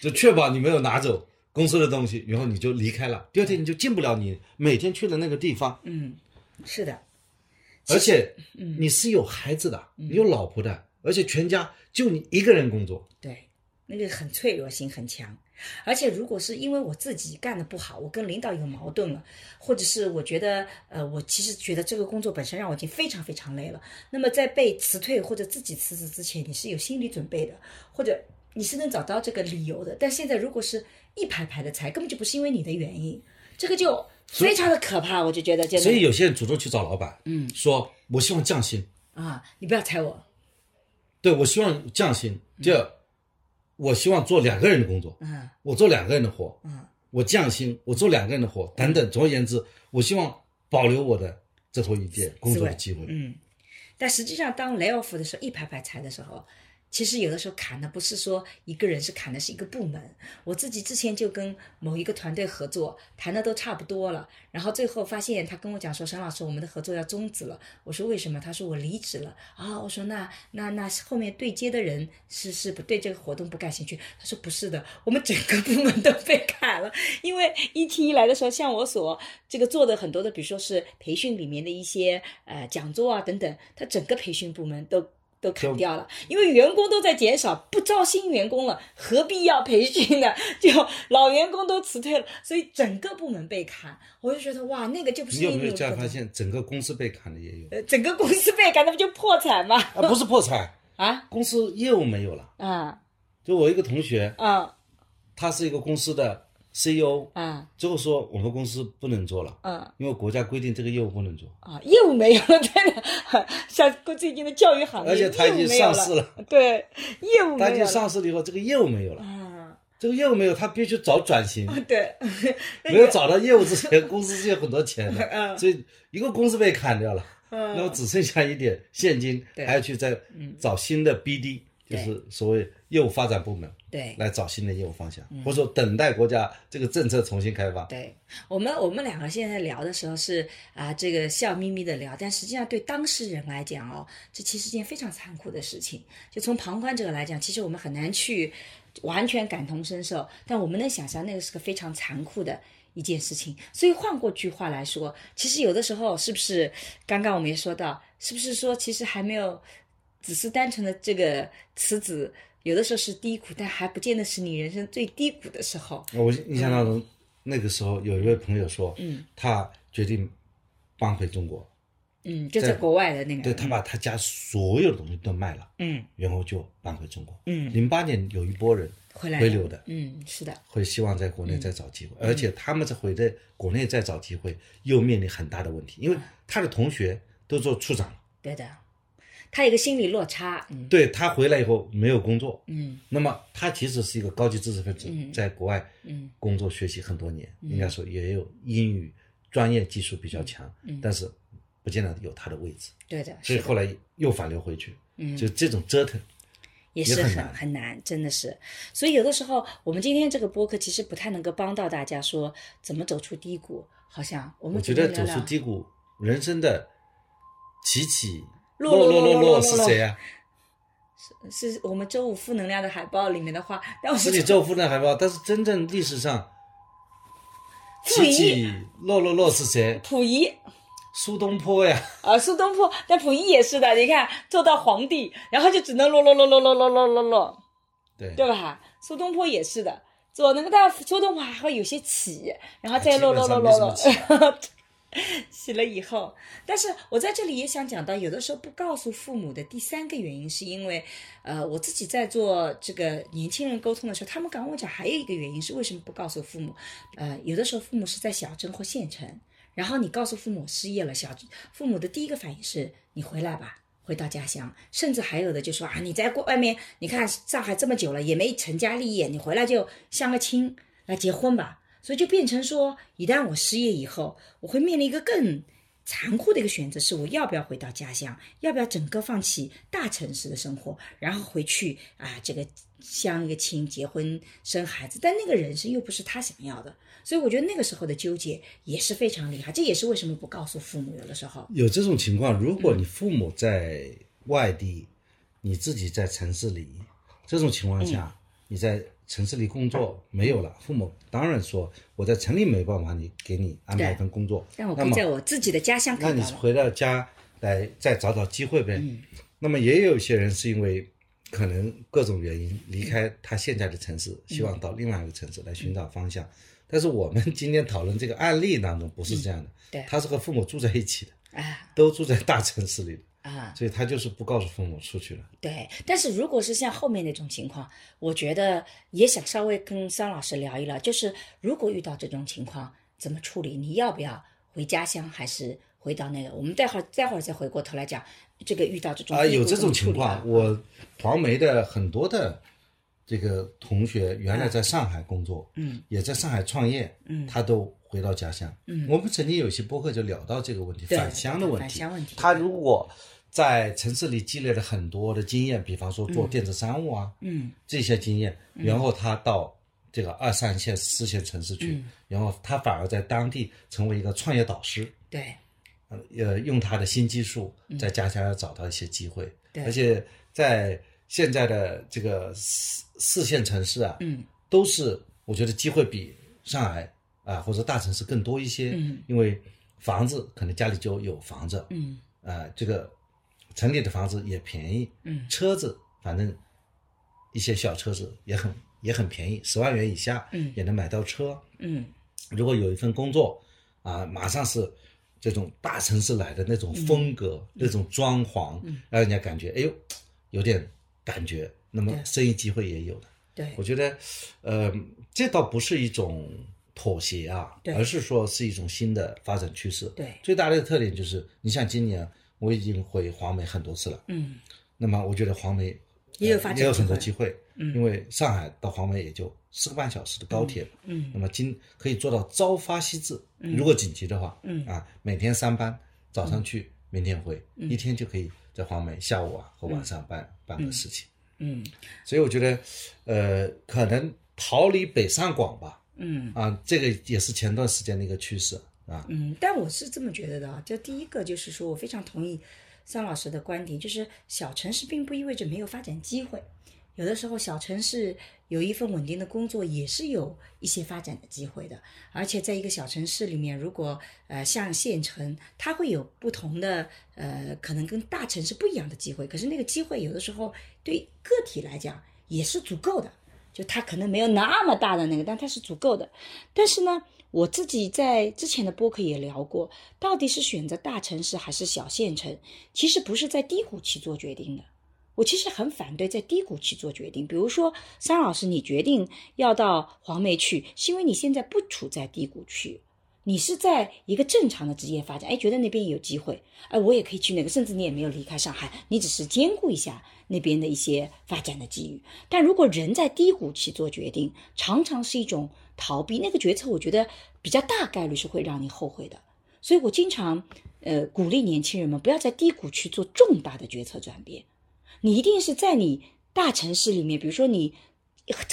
S2: 就确保你没有拿走公司的东西，然后你就离开了。第二天你就进不了你每天去的那个地方，
S3: 嗯，是的，嗯
S2: 而且你是有孩子的，你有老婆的，而且全家就你一个人工作。
S3: 对，那个很脆弱性很强。而且如果是因为我自己干的不好，我跟领导有矛盾了，或者是我觉得呃，我其实觉得这个工作本身让我已经非常非常累了，那么在被辞退或者自己辞职之前，你是有心理准备的，或者你是能找到这个理由的。但现在如果是一排排的裁，根本就不是因为你的原因，这个就非常的可怕，我就觉得真的。
S2: 所以有些人主动去找老板，
S3: 嗯
S2: 说我希望降薪，
S3: 啊，你不要裁我，
S2: 对我希望降薪。第二，我希望做两个人的工作，
S3: 嗯
S2: 我做两个人的活，
S3: 嗯
S2: 我降薪，我做两个人的活，等等。总而言之，我希望保留我的这头一件工作的机会。
S3: 嗯，但实际上，当 lay off 的时候，一排排裁的时候，其实有的时候砍的不是说一个人，是砍的是一个部门。我自己之前就跟某一个团队合作，谈的都差不多了，然后最后发现他跟我讲说，沈老师，我们的合作要终止了。我说为什么？他说我离职了啊、我说那那那后面对接的人是是不对这个活动不感兴趣。他说不是的，我们整个部门都被砍了，因为一提一来的时候，像我所这个做的很多的，比如说是培训里面的一些呃讲座啊等等，它整个培训部门都都砍掉了，因为员工都在减少，不招新员工了，何必要培训呢？ 就老员工都辞退了，所以整个部门被砍，我就觉得哇，那个就不是
S2: 你有没
S3: 命
S2: 有
S3: 运
S2: 这样
S3: 不
S2: 发
S3: 能
S2: 现，整个公司被砍的也有？
S3: 呃，整个公司被赶，那不就破产吗？
S2: 啊，不是破产，
S3: 啊
S2: 公司业务没有了。
S3: 啊
S2: 就我一个同学，
S3: 啊
S2: 他是一个公司的 CEO，
S3: 啊
S2: 最后说我们公司不能做了，
S3: 啊
S2: 因为国家规定这个业务不能做。
S3: 啊！业务没有了，真的，像最近的教育啊行业，
S2: 而且他已经
S3: 业务没有
S2: 上市了，
S3: 对，业务
S2: 他已
S3: 没有
S2: 经
S3: 了
S2: 上市了以后，这个业务没有了，
S3: 啊，
S2: 这个业务没有，他必须找转型。
S3: 对，
S2: 没有找到业务之前， 公司是有很多钱
S3: 嗯
S2: 的，所以一个公司被砍掉了，
S3: 嗯
S2: 那么只剩下一点现金，
S3: 对嗯
S2: 还要去再找新的 BD，就
S3: 对
S2: 是所谓业务发展部门
S3: 对
S2: 来找新的业务方向，
S3: 嗯
S2: 或者说等待国家这个政策重新开发。
S3: 对，我们我们两个现在聊的时候是啊、这个笑眯眯的聊，但实际上对当事人来讲哦，这其实是件非常残酷的事情。就从旁观者来讲，其实我们很难去完全感同身受，但我们能想象那个是个非常残酷的。一件事情，所以换过句话来说，其实有的时候是不是刚刚我们也说到，是不是说其实还没有，只是单纯的这个辞职，有的时候是低谷，但还不见得是你人生最低谷的时候。
S2: 我印象当中，那个时候有一位朋友说，
S3: 嗯
S2: 他决定搬回中国，
S3: 嗯，就
S2: 在
S3: 在国外的那个，
S2: 对他把他家所有的东西都卖了，
S3: 嗯
S2: 然后就搬回中国。
S3: 嗯
S2: 零八年有一波人
S3: 回来
S2: 回
S3: 了
S2: 流的，
S3: 嗯，是的，
S2: 会希望在国
S3: 嗯
S2: 内再找机会，而且他们在回在国内再找机会，又面临很大的问
S3: 嗯
S2: 题，因为他的同学都做处长了，
S3: 对的，他有个心理落差，嗯
S2: 对他回来以后没有工作，
S3: 嗯
S2: 那么他其实是一个高级知识分子，
S3: 嗯
S2: 在国外
S3: 嗯
S2: 工作学习很多年，
S3: 嗯
S2: 应该说也有英语专业技术比较强，
S3: 嗯，
S2: 但是不见得有他的位置，
S3: 对的，
S2: 所以
S3: 是的
S2: 后来又反流回去，
S3: 嗯
S2: 就这种折腾。
S3: 也
S2: 也
S3: 是
S2: 很
S3: 很
S2: 难
S3: 很难，真的是。所以有的时候，我们今天这个播客其实不太能够帮到大家说怎么走出低谷，好像我们
S2: 我
S3: 只
S2: 觉得
S3: 能
S2: 走
S3: 聊
S2: 出
S3: 聊
S2: 低谷，人生的起起
S3: 落落落
S2: 落
S3: 落
S2: 落
S3: 落
S2: 是
S3: 落
S2: 谁啊？
S3: 是我们周五负能量的海报里面的话，但我
S2: 是
S3: 是
S2: 你 周夫人海报，但是真正历史上
S3: 溥
S2: 起
S3: 仪
S2: 起落落落是谁？
S3: 溥仪，
S2: 苏东坡呀，
S3: 啊，苏东坡，但溥仪也是的，你看做到皇帝，然后就只能落落落落落落落落落。
S2: 对
S3: 对吧？苏东坡也是的，做那个大苏东坡还会有些起，然后再落落落落落
S2: 哎基本
S3: 落， 起了以后。但是我在这里也想讲到，有的时候不告诉父母的第三个原因，是因为呃，我自己在做这个年轻人沟通的时候，他们跟我讲还有一个原因是为什么不告诉父母？呃，有的时候父母是在小镇或县城，然后你告诉父母失业了，小父母的第一个反应是你回来吧，回到家乡，甚至还有的就说啊，你在过外面，你看上海这么久了也没成家立业，你回来就相个亲来结婚吧。所以就变成说，一旦我失业以后，我会面临一个更残酷的一个选择，是我要不要回到家乡，要不要整个放弃大城市的生活，然后回去啊，这个相一个亲、结婚、生孩子，但那个人生又不是他想要的，所以我觉得那个时候的纠结也是非常厉害，这也是为什么不告诉父母，有的时候，
S2: 有这种情况，如果你父母在外地，你自己在城市里，这种情况下，你在城市里工作没有了，父母当然说我在城里没办法你给你安排一份工作，
S3: 但我
S2: 那
S3: 可以
S2: 么
S3: 在我自己的家乡
S2: 那
S3: 看
S2: 你
S3: 到了，
S2: 回到家来再找找机会呗。
S3: 嗯
S2: 那么也有一些人是因为可能各种原因离开他现在的城市，
S3: 嗯
S2: 希望到另外一个城市来寻找方向。但是我们今天讨论这个案例当中不是这样的，
S3: 嗯对
S2: 他是和父母住在一起的，
S3: 啊
S2: 都住在大城市里的。
S3: 啊，
S2: 所以他就是不告诉父母出去了。
S3: 对，但是如果是像后面那种情况，我觉得也想稍微跟桑老师聊一聊，就是如果遇到这种情况，怎么处理？你要不要回家乡，还是回到那个？我们待会儿待会儿再回过头来讲这个遇到这种
S2: 啊，
S3: 低谷
S2: 有
S3: 怎
S2: 这
S3: 么
S2: 种
S3: 处
S2: 情
S3: 理吧
S2: 况，我黄梅的很多的这个同学原来在上海工作，
S3: 嗯，
S2: 也在上海创业，
S3: 嗯
S2: 他都回到家乡。
S3: 嗯
S2: 我们曾经有一期播客就聊到这个问题，
S3: 对
S2: 返乡的问题。
S3: 返乡问题
S2: 他如果在城市里积累了很多的经验，比方说做电子商务啊，
S3: 嗯
S2: 这些经验，然后他到这个二三线、四线城市去，
S3: 嗯
S2: 然后他反而在当地成为一个创业导师。
S3: 对
S2: 呃，用他的新技术在家乡要找到一些机会，
S3: 嗯对
S2: 而且在现在的这个四四线城市啊，
S3: 嗯
S2: 都是我觉得机会比上海啊或者大城市更多一些，
S3: 嗯
S2: 因为房子可能家里就有房子，
S3: 嗯
S2: 啊，这个城里的房子也便宜，
S3: 嗯
S2: 车子反正一些小车子也很也很便宜，十万元以下
S3: 嗯
S2: 也能买到车，
S3: 嗯
S2: 如果有一份工作啊，马上是这种大城市来的那种风格、那种装潢，
S3: 嗯
S2: 让人家感觉哎呦有点感觉，那么
S3: 对
S2: 生意机会也有的。
S3: 对
S2: 我觉得，呃，这倒不是一种妥协啊，
S3: 对
S2: 而是说是一种新的发展趋势。
S3: 对
S2: 最大的特点就是，你像今年我已经回黄梅很多次了，
S3: 嗯
S2: 那么我觉得黄梅呃
S3: 也有发展
S2: 也有很多
S3: 机
S2: 机会，
S3: 嗯
S2: 因为上海到黄梅也就四个半小时的高铁吧。那
S3: 嗯
S2: 么今可以做到朝发夕至，
S3: 嗯
S2: 如果紧急的话，
S3: 嗯
S2: 啊，每天三班，早上去，明天回，
S3: 嗯
S2: 一天就可以在黄梅下午啊和晚上办、办
S3: 嗯
S2: 个事情。
S3: 嗯
S2: 所以我觉得，呃，可能逃离北上广吧，
S3: 嗯
S2: 啊，这个也是前段时间的一个趋势啊，
S3: 嗯，但我是这么觉得的啊，就第一个就是说我非常同意桑老师的观点，就是小城市并不意味着没有发展机会，有的时候小城市有一份稳定的工作也是有一些发展的机会的，而且在一个小城市里面，如果呃像县城，它会有不同的呃可能跟大城市不一样的机会，可是那个机会有的时候对个体来讲也是足够的。就它可能没有那么大的那个，但它是足够的。但是呢，我自己在之前的播客也聊过，到底是选择大城市还是小县城，其实不是在低谷期做决定的。我其实很反对在低谷期做决定，比如说桑老师，你决定要到黄梅去，是因为你现在不处在低谷区，你是在一个正常的职业发展，哎，觉得那边有机会，哎，我也可以去那个，甚至你也没有离开上海，你只是兼顾一下那边的一些发展的机遇。但如果人在低谷期做决定，常常是一种逃避，那个决策我觉得比较大概率是会让你后悔的。所以我经常呃鼓励年轻人们不要在低谷区做重大的决策转变，你一定是在你大城市里面，比如说你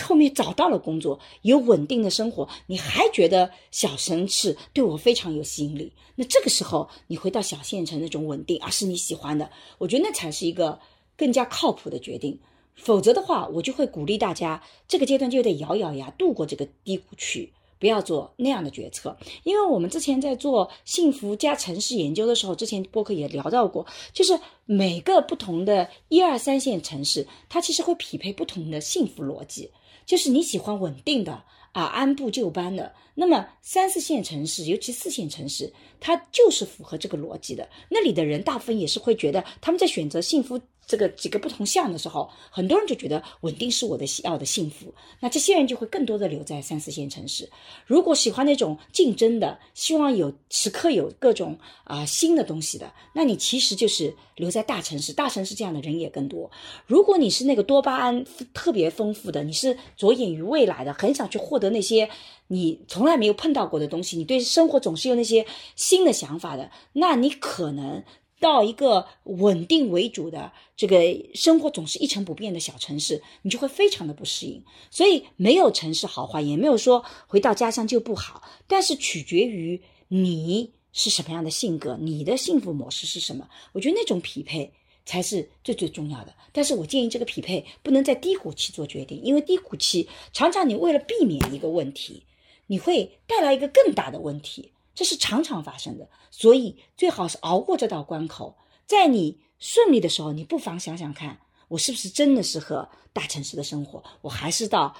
S3: 后面找到了工作，有稳定的生活，你还觉得小城市对我非常有吸引力，那这个时候你回到小县城那种稳定，而是你喜欢的，我觉得那才是一个更加靠谱的决定。否则的话，我就会鼓励大家，这个阶段就得咬咬牙度过这个低谷区，不要做那样的决策。因为我们之前在做幸福加城市研究的时候，之前播客也聊到过，就是每个不同的一二三线城市，它其实会匹配不同的幸福逻辑。就是你喜欢稳定的啊，按部就班的，那么三四线城市，尤其四线城市，它就是符合这个逻辑的。那里的人大部分也是会觉得，他们在选择幸福这个几个不同项的时候，很多人就觉得稳定是我的要的幸福。那这些人就会更多的留在三四线城市。如果喜欢那种竞争的，希望有时刻有各种啊、新的东西的，那你其实就是留在大城市。大城市这样的人也更多。如果你是那个多巴胺特别丰富的，你是着眼于未来的，很想去获得那些你从来没有碰到过的东西，你对生活总是有那些新的想法的，那你可能到一个稳定为主的这个生活总是一成不变的小城市，你就会非常的不适应。所以没有城市好坏，也没有说回到家乡就不好，但是取决于你是什么样的性格，你的幸福模式是什么。我觉得那种匹配才是最最重要的。但是我建议这个匹配不能在低谷期做决定，因为低谷期常常你为了避免一个问题，你会带来一个更大的问题，这是常常发生的。所以最好是熬过这道关口，在你顺利的时候，你不妨想想看，我是不是真的适合大城市的生活？我还是到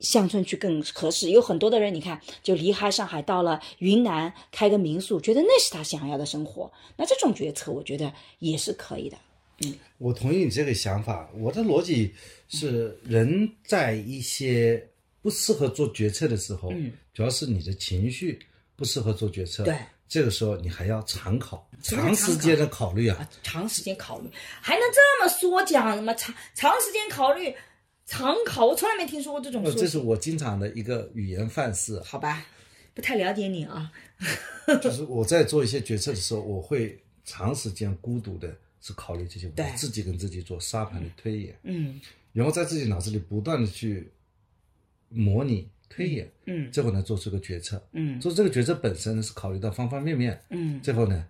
S3: 乡村去更合适。有很多的人，你看，就离开上海到了云南开个民宿，觉得那是他想要的生活。那这种决策，我觉得也是可以的。
S2: 我同意你这个想法，我的逻辑是人在一些不适合做决策的时候，
S3: 嗯
S2: 主要是你的情绪不适合做决策，
S3: 对，
S2: 这个时候你还要常考，
S3: 什么叫
S2: 长时间的考虑啊
S3: 啊，，长时间考虑，还能这么说讲什么长长时间考虑，长考，我从来没听说过这种
S2: 呃
S3: 说。
S2: 这是我经常的一个语言范 式，啊
S3: 好吧，不太了解你啊。
S2: 就是我在做一些决策的时候，我会长时间孤独的去考虑这些问题
S3: 对，
S2: 自己跟自己做沙盘的推演，
S3: 嗯
S2: 然后在自己脑子里不断的去模拟推演，
S3: 嗯
S2: 最后呢做出个决策。
S3: 嗯
S2: 做这个决策本身呢是考虑到方方面面，
S3: 嗯，
S2: 最后呢，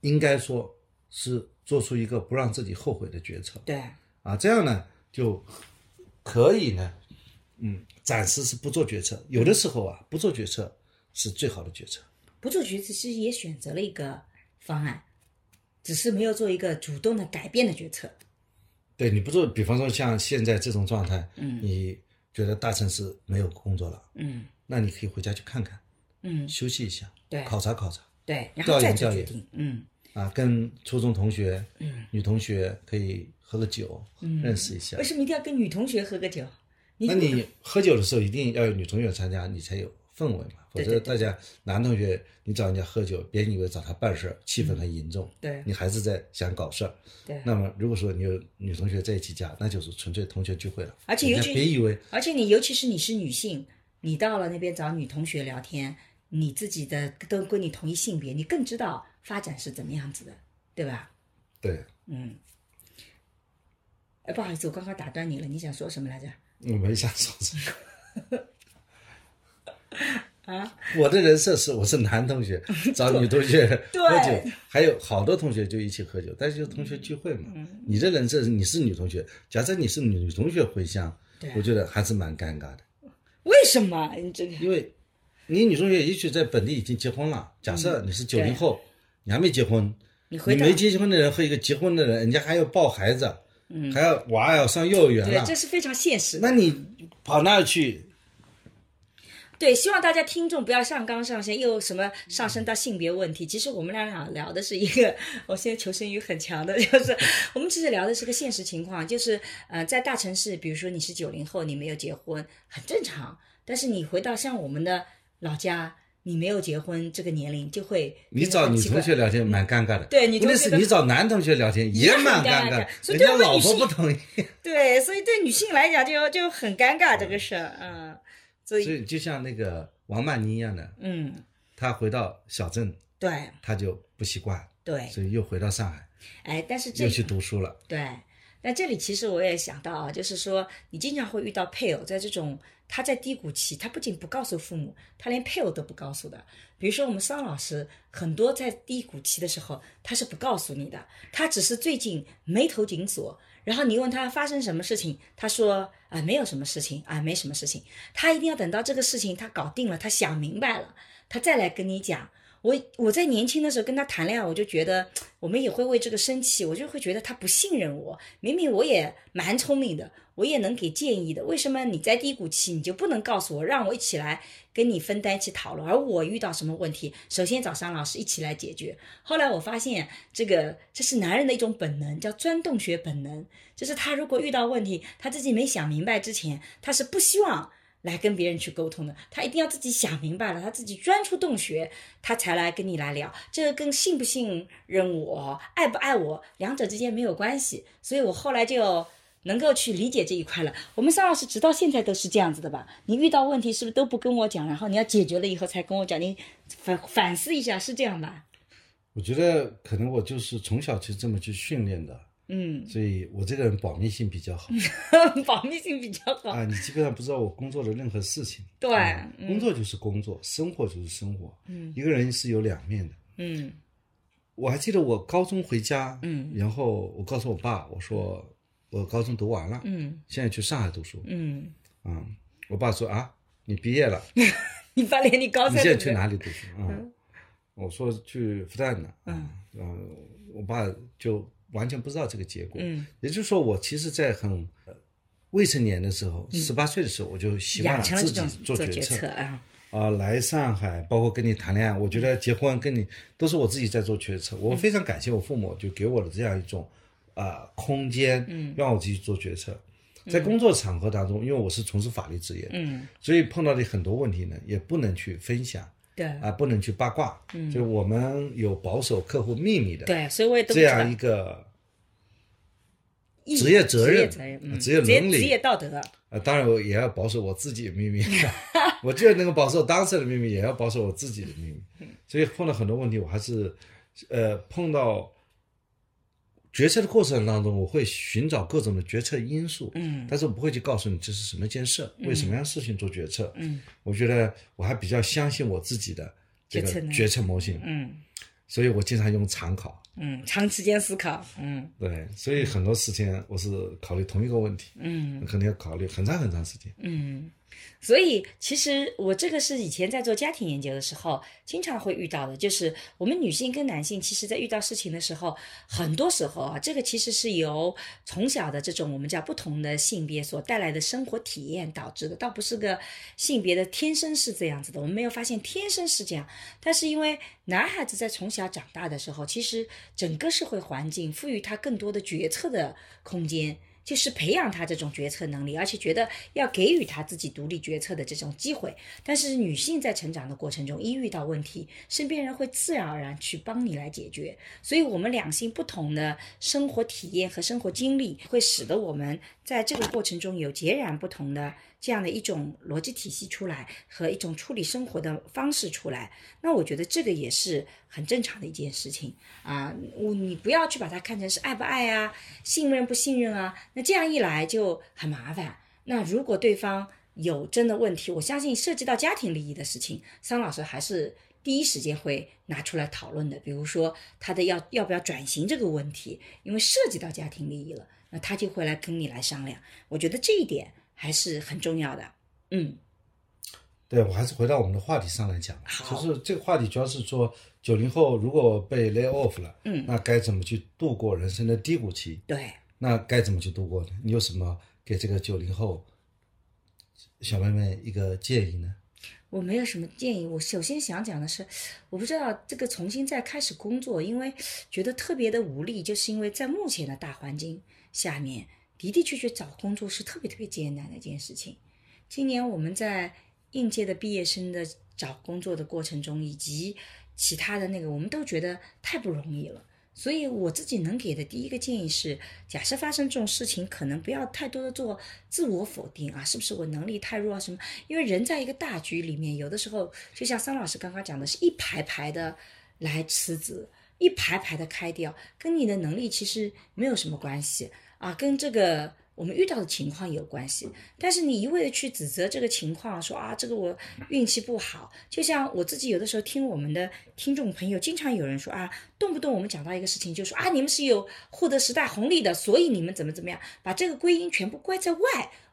S2: 应该说是做出一个不让自己后悔的决策
S3: 对，
S2: 啊，这样呢就可以呢，嗯，暂时是不做决策，有的时候啊不做决策是最好的决策。
S3: 不做决策其实也选择了一个方案，只是没有做一个主动的改变的决策。
S2: 对，你不做，比方说像现在这种状态，你觉得大城市没有工作了，
S3: 嗯
S2: 那你可以回家去看看，
S3: 嗯，
S2: 休息一下，
S3: 对
S2: 考察考察
S3: 对，然
S2: 调
S3: 后再
S2: 研
S3: 做
S2: 调
S3: 决
S2: 研
S3: 定。嗯
S2: 啊，跟初中同学、
S3: 嗯，
S2: 女同学可以喝个酒，
S3: 嗯
S2: 认识一下
S3: 为。什么一定要跟女同学喝个酒？
S2: 那你喝酒的时候一定要有女同学参加，你才有氛围嘛，否
S3: 对
S2: 则
S3: 对
S2: 大家男同学你找人家喝酒，别以为找他办事儿，气氛很凝重，
S3: 嗯对
S2: 你还是在想搞事儿。
S3: 对，
S2: 那么如果说你有女同学在一起加，那就是纯粹同学聚会了，
S3: 而且
S2: 人
S3: 尤
S2: 家
S3: 其
S2: 别以为
S3: 而且你尤其是你是女性，你到了那边找女同学聊天，你自己的都跟你同一性别，你更知道发展是怎么样子的，对吧？
S2: 对。
S3: 嗯，哎，不好意思，我刚刚打断你了，你想说什么来着？
S4: 我没想说这
S3: 啊，
S4: 个，我的人设是我是男同 学，找女同学
S3: 对
S4: 喝酒，还有好多同学就一起喝酒，但是就同学聚会
S3: 嗯
S4: 嘛。你的人设是你是女同学，假设你是女同学回乡
S3: 对啊，
S4: 我觉得还是蛮尴尬的，
S3: 为什么你这个？
S4: 因为你女同学也许在本地已经结婚了，假设你是
S3: 嗯
S4: 九
S3: 对
S4: 零后，你还没结婚，
S3: 你回
S4: 你
S3: 到
S4: 没结婚的人和一个结婚的人，人家还要抱孩子，
S3: 嗯
S4: 还要娃要上幼儿园
S3: 对
S4: 了，，
S3: 这是非常现实的。
S4: 那你跑那儿去，
S3: 对，希望大家听众不要上纲上线，又什么上升到性别问题。其实我们俩俩聊的是一个，我现在求生欲很强的，就是我们其实聊的是个现实情况，就是呃，在大城市，比如说你是九零后，你没有结婚很正常，但是你回到像我们的老家，你没有结婚这个年龄就会
S4: 你找
S3: 很
S4: 女
S3: 奇怪
S4: 同学聊天蛮尴尬的，
S3: 对女同
S4: 问
S3: 学
S4: 题是你找男同学聊天也蛮
S3: 也很
S4: 尴
S3: 尴
S4: 尬
S3: 尬
S4: 的，
S3: 所以对
S4: 人家
S3: 我们
S4: 老
S3: 女
S4: 婆
S3: 性
S4: 不同意，
S3: 对，所以对女性来讲就就很尴尬这个事儿，嗯，所
S4: 所
S3: 以
S4: 以就像那个王曼妮一样的，
S3: 嗯，
S4: 她回到小镇，
S3: 对
S4: 她就不习惯，
S3: 对，
S4: 所以又回到上海，
S3: 哎，但是这
S4: 又去读书了。
S3: 对，那这里其实我也想到啊，就是说你经常会遇到配偶在这种他在低谷期，他不仅不告诉父母，他连配偶都不告诉的。比如说我们桑老师，很多在低谷期的时候，他是不告诉你的，他只是最近眉头紧锁。然后你问他发生什么事情，他说啊没有什么事情啊没什么事情，他一定要等到这个事情他搞定了，他想明白了，他再来跟你讲。我我在年轻的时候跟他谈恋爱，我就觉得我们也会为这个生气，我就会觉得他不信任我。明明我也蛮聪明的，我也能给建议的，为什么你在低谷期你就不能告诉我，让我一起来跟你分担、一起讨论？而我遇到什么问题，首先找商老师一起来解决。后来我发现，这个这是男人的一种本能，叫钻洞穴本能，就是他如果遇到问题，他自己没想明白之前，他是不希望。来跟别人去沟通的，他一定要自己想明白了，他自己钻出洞穴，他才来跟你来聊。这个跟信不信任我、爱不爱我，两者之间没有关系。所以我后来就能够去理解这一块了。我们桑老师直到现在都是这样子的吧？你遇到问题是不是都不跟我讲，然后你要解决了以后才跟我讲？你反反思一下，是这样吧？
S4: 我觉得可能我就是从小就这么去训练的，
S3: 嗯，
S4: 所以我这个人保密性比较好
S3: 保密性比较好。
S4: 啊，你基本上不知道我工作的任何事情。
S3: 对
S4: 啊
S3: 嗯
S4: 工作就是工作，生活就是生活，
S3: 嗯
S4: 一个人是有两面的。
S3: 嗯
S4: 我还记得我高中回家，
S3: 嗯
S4: 然后我告诉我爸，我说我高中读完了，
S3: 嗯
S4: 现在去上海读书，
S3: 嗯，
S4: 啊、我爸说啊，你毕业了，
S3: 你把脸你高
S4: 你
S3: 三
S4: 现在
S3: 都
S4: 去
S3: 没有
S4: 哪里读书啊？我说去复旦的，
S3: 嗯
S4: 啊，然后我爸就完全不知道这个结果，
S3: 嗯，
S4: 也就是说，我其实，在很呃未成年的时候，十八岁的时候，我就习惯
S3: 嗯养
S4: 了
S3: 成了
S4: 自
S3: 这种
S4: 己做
S3: 决
S4: 决策
S3: 啊。
S4: 啊、来上海，包括跟你谈恋爱，我觉得结婚跟你都是我自己在做决策。
S3: 嗯
S4: 我非常感谢我父母，就给我的这样一种啊、空间，
S3: 嗯
S4: 让我自己做决策。在工作场合当中，因为我是从事法律职业的，
S3: 嗯，
S4: 所以碰到的很多问题呢，也不能去分享
S3: 对、
S4: 啊、不能去八卦，嗯，就我们有保守客户秘密的，，
S3: 对，所以我也都不
S4: 这
S3: 知道
S4: 样一个
S3: 义
S4: 职业责
S3: 职业
S4: 任啊
S3: 责任，嗯
S4: 职业
S3: 职业
S4: 伦理
S3: 职业道德。
S4: 呃，当然我也要保守我自己的秘密，我既然能够保守我当事人的秘密，也要保守我自己的秘
S3: 嗯
S4: 密。所以碰到很多问题，我还是，呃，碰到决策的过程当中，我会寻找各种的决策因素，
S3: 嗯
S4: 但是我不会去告诉你这是什么一件事，为什么样事情做决策。
S3: 嗯
S4: 我觉得我还比较相信我自己的这
S3: 决策
S4: 个
S3: 能力
S4: 决策模型，
S3: 嗯
S4: 所以我经常用常考。
S3: 嗯，长时间思考，嗯
S4: 对，所以很多事情我是考虑同一个问题，
S3: 嗯
S4: 可能要考虑很长很长时间。
S3: 嗯。所以其实我这个是以前在做家庭研究的时候经常会遇到的，就是我们女性跟男性其实在遇到事情的时候，很多时候啊，这个其实是由从小的这种我们叫不同的性别所带来的生活体验导致的，倒不是个性别的天生是这样子的，我们没有发现天生是这样，但是因为男孩子在从小长大的时候，其实整个社会环境赋予他更多的决策的空间，就是培养他这种决策能力，而且觉得要给予他自己独立决策的这种机会。但是女性在成长的过程中，一遇到问题，身边人会自然而然去帮你来解决。所以，我们两性不同的生活体验和生活经历，会使得我们在这个过程中有截然不同的这样的一种逻辑体系出来和一种处理生活的方式出来。那我觉得这个也是很正常的一件事情啊。我你不要去把它看成是爱不爱啊，信任不信任啊，那这样一来就很麻烦。那如果对方有真的问题，我相信涉及到家庭利益的事情，桑老师还是第一时间会拿出来讨论的。比如说他的要要不要转型这个问题，因为涉及到家庭利益了，那他就会来跟你来商量。我觉得这一点还是很重要的。嗯，
S4: 对，我还是回到我们的话题上来讲，
S3: 好
S4: 就是这个话题主要是说九零后如果被 lay off 了，
S3: 嗯
S4: 那该怎么去度过人生的低谷期？
S3: 对，
S4: 那该怎么去度过呢？你有什么给这个九零后小妹妹一个建议呢？
S3: 我没有什么建议。我首先想讲的是，我不知道这个重新再开始工作，因为觉得特别的无力，就是因为在目前的大环境下面，的的确确找工作是特别特别艰难的一件事情。今年我们在应届的毕业生的找工作的过程中，以及其他的那个，我们都觉得太不容易了。所以我自己能给的第一个建议是，假设发生这种事情，可能不要太多的做自我否定啊，是不是我能力太弱啊什么？因为人在一个大局里面，有的时候就像桑老师刚刚讲的，是一排排的来辞职，一排排的开掉，跟你的能力其实没有什么关系啊，跟这个我们遇到的情况有关系。但是你一味的去指责这个情况，说啊这个我运气不好，就像我自己有的时候听我们的听众朋友，经常有人说啊，动不动我们讲到一个事情就说啊你们是有获得十大红利的，所以你们怎么怎么样，把这个归因全部怪在外，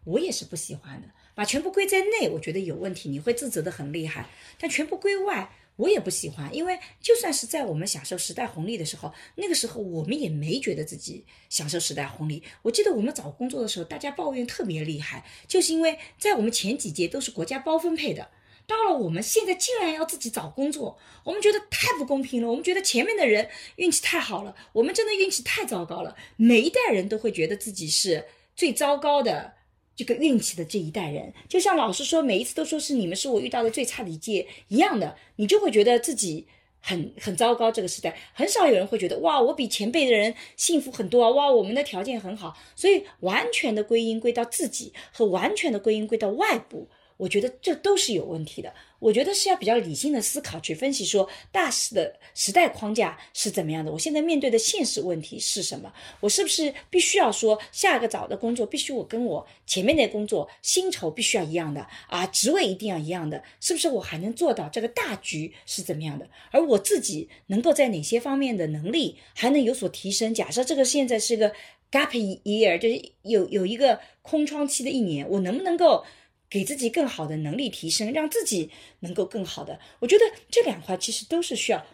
S3: 我也是不喜欢的。把全部归在内，我觉得有问题，你会自责的很厉害。但全部归外，我也不喜欢，因为就算是在我们享受时代红利的时候，那个时候我们也没觉得自己享受时代红利。我记得我们找工作的时候，大家抱怨特别厉害，就是因为在我们前几届都是国家包分配的。到了我们现在竟然要自己找工作，我们觉得太不公平了。我们觉得前面的人运气太好了，我们真的运气太糟糕了。每一代人都会觉得自己是最糟糕的这个运气的这一代人，就像老师说，每一次都说是你们是我遇到的最差的一届一样的，你就会觉得自己很很糟糕。这个时代很少有人会觉得哇，我比前辈的人幸福很多啊，哇，我们的条件很好，所以完全的归因归到自己和完全的归因归到外部，我觉得这都是有问题的。我觉得是要比较理性的思考去分析，说大时的时代框架是怎么样的，我现在面对的现实问题是什么，我是不是必须要说下一个找的工作必须我跟我前面的工作薪酬必须要一样的啊，职位一定要一样的，是不是我还能做到这个大局是怎么样的？而我自己能够在哪些方面的能力还能有所提升？假设这个现在是个 gap year，就是有有一个空窗期的一年，我能不能够？给自己更好的能力提升，让自己能够更好的，我觉得这两块其实都是需要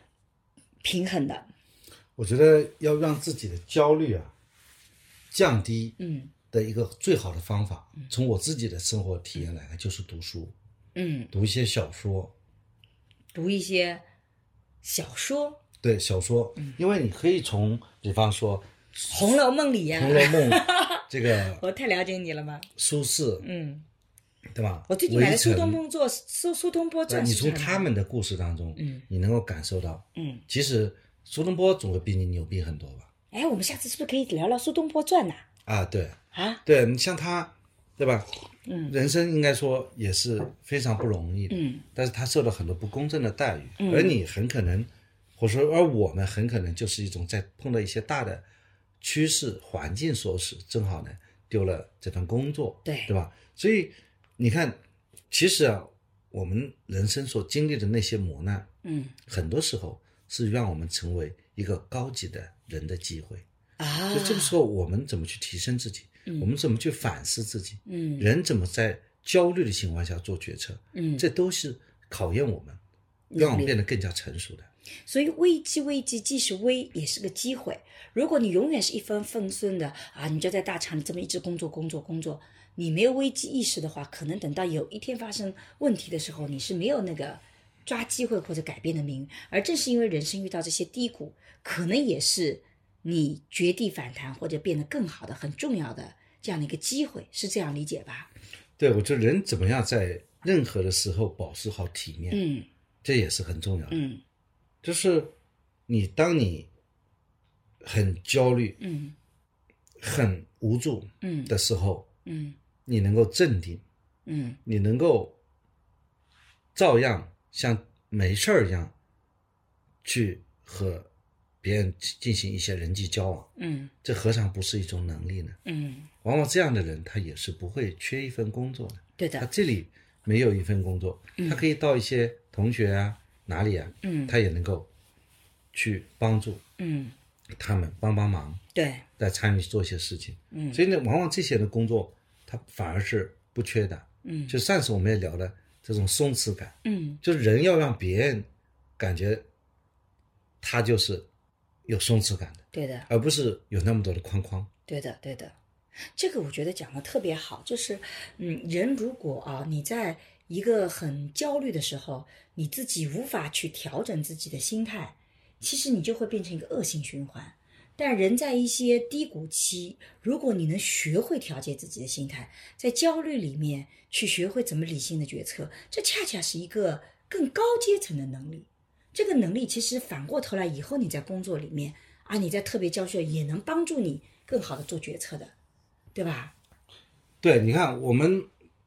S3: 平衡的。
S4: 我觉得要让自己的焦虑啊降低
S3: 嗯
S4: 的一个最好的方法，从我自己的生活体验来看，就是读书，
S3: 嗯，
S4: 读一些小说，
S3: 读一些小说，
S4: 对小说，
S3: 嗯
S4: 因为你可以从，比方说
S3: 《红楼梦》里
S4: 《
S3: 呀、
S4: 红楼梦》这 个
S3: 我太了解你了吧？
S4: 苏轼，
S3: 嗯，
S4: 对吧？
S3: 我最近买的
S4: 围
S3: 《苏东
S4: 城
S3: 坡作》苏苏东坡
S4: 对
S3: 传，
S4: 你从他，们的故事当中，
S3: 嗯
S4: 你能够感受到，
S3: 嗯，
S4: 其实苏东坡总会比你牛逼很多吧？
S3: 哎，我们下次是不是可以聊聊《苏东坡传》呐？
S4: 啊，对，
S3: 啊，
S4: 对你像他，对吧？
S3: 嗯
S4: 人生应该说也是非常不容易的，
S3: 嗯
S4: 但是他受到很多不公正的待遇，
S3: 嗯
S4: 而你很可能，或者说而我们很可能就是一种在碰到一些大的趋势环境所使，正好呢丢了这份工作，
S3: 对
S4: 对吧？所以你看，其实啊，我们人生所经历的那些磨难，
S3: 嗯
S4: 很多时候是让我们成为一个高级的人的机会。
S3: 啊
S4: 所以，这个时候，我们怎么去提升自己？
S3: 嗯
S4: 我们怎么去反思自己？
S3: 嗯
S4: 人怎么在焦虑的情况下做决策？
S3: 嗯，
S4: 这都是考验我们，
S3: 嗯
S4: 让我们变得更加成熟的。
S3: 所以危机，危机既是危，也是个机会。如果你永远是一帆风顺的啊，你就在大厂里这么一直工作、工作、工作，你没有危机意识的话，可能等到有一天发生问题的时候，你是没有那个抓机会或者改变的命运。而正是因为人生遇到这些低谷，可能也是你绝地反弹或者变得更好的很重要的这样的一个机会，是这样理解吧？
S4: 对，我觉得人怎么样在任何的时候保持好体面，
S3: 嗯
S4: 这也是很重要的。
S3: 嗯
S4: 就是你当你很焦虑、
S3: 嗯
S4: 很无助
S3: 嗯
S4: 的时候，
S3: 嗯
S4: 你能够镇定，
S3: 嗯
S4: 你能够照样像没事儿一样去和
S2: 别人进行一些人际交往，
S3: 嗯
S2: 这何尝不是一种能力呢？
S3: 嗯，
S2: 往往这样的人，他也是不会缺一份工作的。
S3: 对
S2: 他
S3: 的，
S2: 这里没有一份工作，他可以到一些同学啊哪里啊，
S3: 嗯
S2: 他也能够去帮助
S3: 嗯，
S2: 他们帮帮忙，
S3: 对，
S2: 再参与做一些事情。
S3: 嗯
S2: 所以呢，往往这些人的工作，他反而是不缺的。
S3: 嗯
S2: 就上次我们也聊了这种松弛感，
S3: 嗯
S2: 就是人要让别人感觉他就是有松弛感的，
S3: 对的，
S2: 而不是有那么多的框框。
S3: 对的，对的。这个我觉得讲的特别好，就是，嗯，人如果啊，你在一个很焦虑的时候，你自己无法去调整自己的心态，其实你就会变成一个恶性循环。但人在一些低谷期，如果你能学会调节自己的心态，在焦虑里面去学会怎么理性的决策，这恰恰是一个更高阶层的能力。这个能力其实反过头来，以后你在工作里面啊，你在特别教学也能帮助你更好的做决策的，对吧？
S2: 对，你看，我们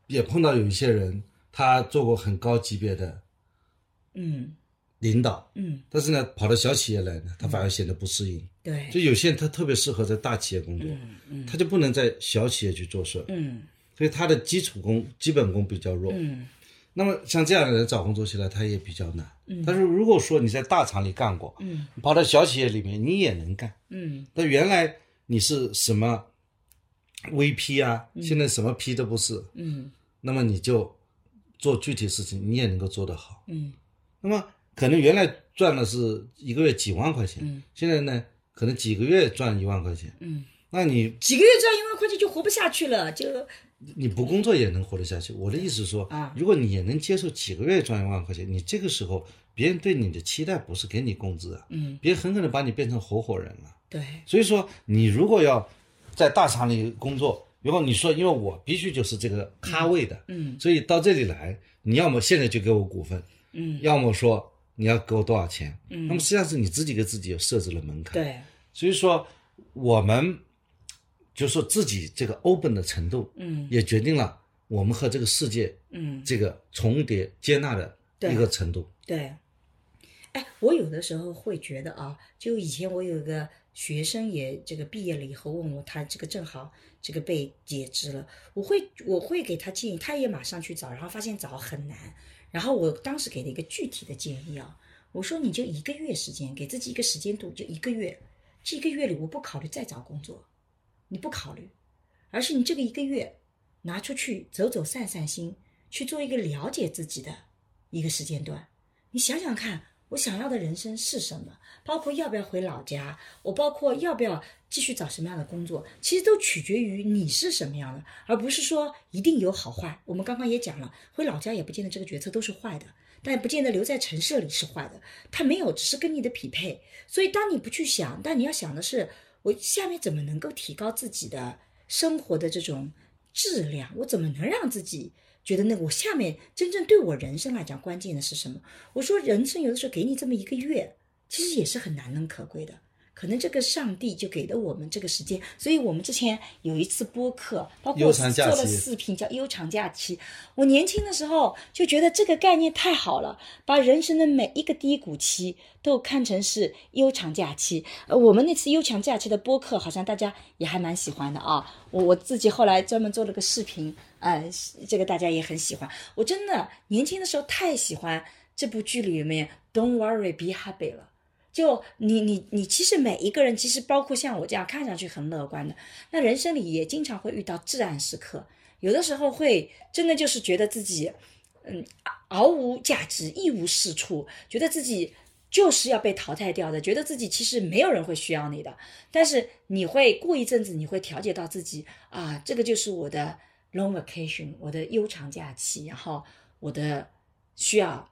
S2: 也碰到有一些人，他做过很高级别的
S3: 嗯
S2: 领导，
S3: 嗯，
S2: 但是呢，跑到小企业来呢，他反而显得不适应。
S3: 对，
S2: 就有些人他特别适合在大企业工作，他就不能在小企业去做事儿，
S3: 嗯
S2: 所以他的基础功、基本功比较弱。
S3: 嗯
S2: 那么像这样的人找工作起来他也比较难。但是如果说你在大厂里干过，
S3: 嗯
S2: 跑到小企业里面你也能干，
S3: 嗯
S2: 但原来你是什么 VP 啊，现在什么 P 都不是，
S3: 嗯
S2: 那么你就做具体事情你也能够做得好。
S3: 嗯
S2: 那么可能原来赚的是一个月几万块钱，
S3: 嗯
S2: 现在呢可能几个月赚一万块钱，
S3: 嗯，
S2: 那你
S3: 几个月赚一万块钱就活不下去了，就
S2: 你不工作也能活得下去。我的意思是说
S3: 啊，
S2: 如果你也能接受几个月赚一万块钱，你这个时候别人对你的期待不是给你工资啊，
S3: 嗯
S2: 别人很可能把你变成合伙人了。
S3: 对，
S2: 所以说，你如果要在大厂里工作，如果你说因为我必须就是这个咖位的，
S3: 嗯
S2: 所以到这里来，你要么现在就给我股份，
S3: 嗯
S2: 要么说你要给我多少钱，
S3: 嗯
S2: 那么实际上是你自己给自己有设置了门槛。，
S3: 对，
S2: 所以说我们就说自己这个 open 的程度，
S3: 嗯
S2: 也决定了我们和这个世界
S3: 嗯
S2: 这个重叠接纳的一个程度。
S3: 对。哎，我有的时候会觉得啊，就以前我有一个学生也这个毕业了以后问我，他这个正好这个被解职了，我会我会给他建议，他也马上去找，然后发现找很难，然后我当时给了一个具体的建议啊，我说你就一个月时间，给自己一个时间度，就一个月，这一个月里我不考虑再找工作，你不考虑，而是你这个一个月拿出去走走散散心，去做一个了解自己的一个时间段。你想想看，我想要的人生是什么？包括要不要回老家，我包括要不要继续找什么样的工作，其实都取决于你是什么样的，而不是说一定有好坏。我们刚刚也讲了，回老家也不见得这个决策都是坏的，但也不见得留在城市里是坏的，它没有，只是跟你的匹配。所以，当你不去想，但你要想的是，我下面怎么能够提高自己的生活的这种质量？我怎么能让自己觉得那个我下面真正对我人生来讲关键的是什么？我说，人生有的时候给你这么一个月，其实也是很难能可贵的。可能这个上帝就给了我们这个时间，所以我们之前有一次播客，包括
S2: 悠长假期
S3: 做了四频叫悠长假期。我年轻的时候就觉得这个概念太好了，把人生的每一个低谷期都看成是悠长假期。呃，我们那次悠长假期的播客，好像大家也还蛮喜欢的啊。我我自己后来专门做了个视频，呃，是这个大家也很喜欢。我真的年轻的时候太喜欢这部剧里面 "Don't worry, be happy" 了。就你你你，其实每一个人，其实包括像我这样看上去很乐观的，那人生里也经常会遇到至暗时刻，有的时候会真的就是觉得自己，嗯，毫无价值，一无是处，觉得自己就是要被淘汰掉的，觉得自己其实没有人会需要你的，但是你会过一阵子，你会调节到自己啊，这个就是我的 long vacation，我的悠长假期，然后我的需要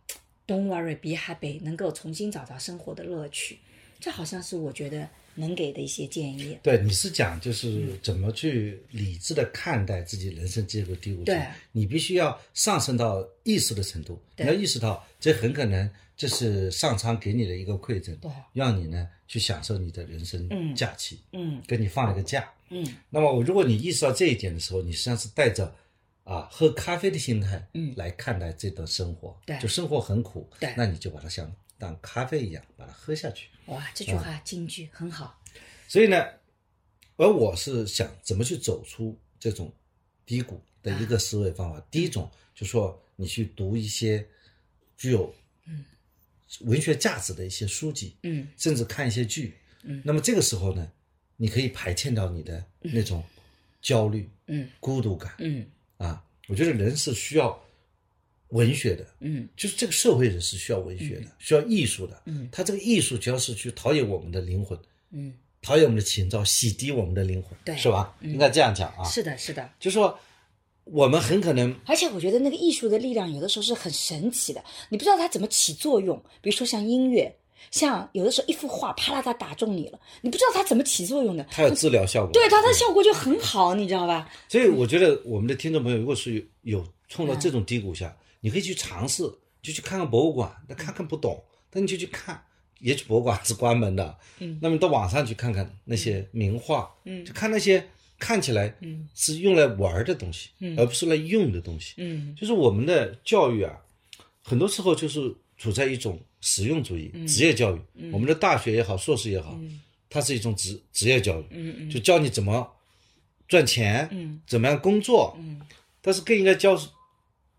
S3: don't worry be happy，能够重新找到生活的乐趣，这好像是我觉得能给的一些建议。
S2: 对，你是讲
S3: 嗯
S2: 就是怎么去理智的看待自己人生这个低谷期
S3: 对，
S2: 你必须要上升到意识的程度，
S3: 对
S2: 你要意识到这很可能这是上苍给你的一个馈赠，
S3: 对
S4: 啊
S2: 让你呢去享受你的人
S3: 嗯
S2: 生假期，
S3: 嗯
S2: 给你放了个假。
S3: 嗯
S2: 那么如果你意识到这一点的时候，你实际上是带着啊喝咖啡的心态，
S3: 嗯
S2: 来看待这段生活，
S3: 对
S2: 就生活很苦，
S3: 对
S2: 那你就把它想当咖啡一样把它喝下去。
S3: 哇，这句话金句很好。
S2: 所以呢，而我是想怎么去走出这种低谷的一个思维方
S3: 嗯
S2: 法。第一种就说你去读一些具有
S3: 嗯
S2: 文学价值的一些书籍，
S3: 嗯
S2: 甚至看一些剧。
S3: 嗯
S2: 那么这个时候呢，你可以排遣到你的那种焦虑、
S3: 嗯
S2: 孤独感
S3: 嗯
S2: 啊。我觉得人是需要文学的，
S3: 嗯
S2: 就是这个社会人是需要文学的，需要艺术的。
S3: 嗯
S2: 他这个艺术主要是去陶冶我们的灵魂，
S3: 嗯，
S2: 陶冶我们的情操，洗涤我们的灵魂，
S3: 对
S2: 是吧？
S3: 嗯
S2: 应该这样讲啊。
S3: 是的，是的。
S2: 就说我们很可能
S3: 而且我觉得那个艺术的力量有的时候是很神奇的，你不知道它怎么起作用。比如说像音乐，像有的时候一幅画啪啦它打中你了，你不知道它怎么起作用的。
S2: 它有治疗效果，
S3: 对它的效果就很好，你知道吧？
S2: 所以我觉得我们的听众朋友，如果是有有冲到这种低谷下，你可以去尝试，就去看看博物馆，那看看不懂，那你就去看。也许博物馆是关门的，
S3: 嗯
S2: 那么到网上去看看那些名画，
S3: 嗯
S2: 就看那些看起来
S3: 嗯
S2: 是用来玩儿的东西，
S3: 嗯
S2: 而不是来用的东西。
S3: 嗯
S2: 就是我们的教育啊，很多时候就是处在一种实用主义、
S3: 嗯
S2: 职业教育。
S3: 嗯
S2: 我们的大学也好，硕士也好，
S3: 嗯
S2: 它是一种职职业教育，
S3: 嗯
S2: 就教你怎么赚钱，
S3: 嗯
S2: 怎么样工作。
S3: 嗯
S2: 但是更应该教，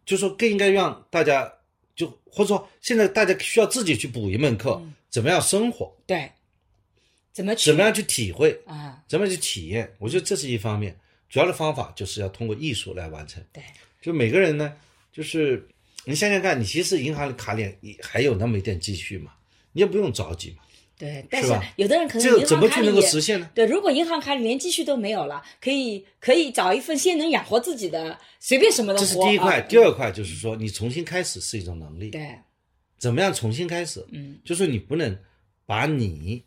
S2: 就说更应该让大家就或者说现在大家需要自己去补一门课，
S3: 嗯
S2: 怎么样生活，
S3: 对，怎么去
S2: 怎么样去体会，
S3: 啊？
S2: 怎么样去体验。我觉得这是一方面，主要的方法就是要通过艺术来完成。
S3: 对，
S2: 就每个人呢，就是你想想看，你其实银行卡里你还有那么一点积蓄嘛，你也不用着急嘛。
S3: 对，但
S2: 是
S3: 是
S2: 吧
S3: 有的人可能
S2: 这个
S3: 银
S2: 怎
S3: 行
S2: 么
S3: 卡
S2: 去
S3: 里
S2: 能够
S3: 也
S2: 实现呢？
S3: 对，如果银行卡里连积蓄都没有了，可以可以找一份先能养活自己的，随便什么的
S2: 这
S3: 活。
S2: 是第一块，
S3: 啊嗯
S2: 第二块就是说你重新开始是一种能力。
S3: 对，
S2: 怎么样重新开始？
S3: 嗯，
S2: 就是你不能把你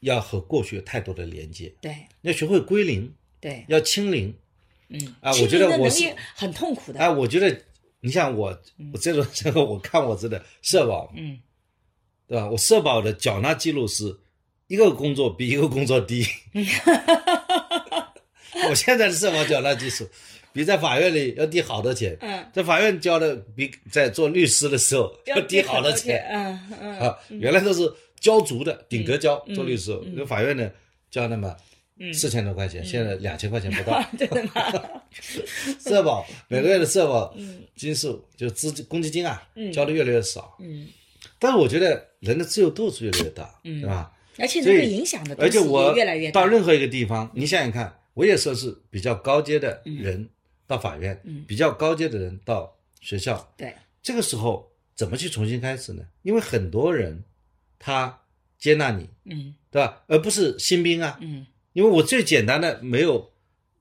S2: 要和过去有太多的连接，
S3: 对
S2: 要学会归零，
S3: 对，
S2: 要清零。
S3: 嗯
S2: 啊我
S3: 清
S2: 觉
S3: 零
S2: 得
S3: 的
S2: 我
S3: 能
S2: 是
S3: 力很痛苦的。
S2: 哎，我觉得你像我，我这种这个我看我真的社保，
S3: 嗯，
S2: 对吧？我社保的缴纳记录是一个工作比一个工作 低。我现在的社保缴纳技术比在法院里要低好多钱，
S3: 嗯，
S2: 在法院交的比在做律师的时候要低好多钱
S3: 嗯嗯
S2: 啊。原来都是交足的，顶格交做律师
S3: 嗯，嗯
S2: 那法院呢交那么
S3: 嗯
S2: 四千多块钱，现在两千块钱不到
S3: 啊。，真的吗？
S2: 社保每个月的社保
S3: 嗯
S2: 金数就资公积金啊
S3: 嗯，
S2: 交的越来越少。
S3: 嗯，
S2: 但是我觉得人的自由度是越来越大，
S3: 嗯
S2: 对吧？
S3: 而且
S2: 所
S3: 能
S2: 以
S3: 够影响的东
S2: 而
S3: 西
S2: 且我
S3: 也越来越大。
S2: 到任何一个地方，你想想看，我也说是比较高阶的人到法院，
S3: 嗯
S2: 比较高阶的人到学校，
S3: 对，
S2: 这个时候怎么去重新开始呢？因为很多人他接纳你，
S3: 嗯
S2: 对吧？而不是新兵啊，
S3: 嗯
S2: 因为我最简单的没有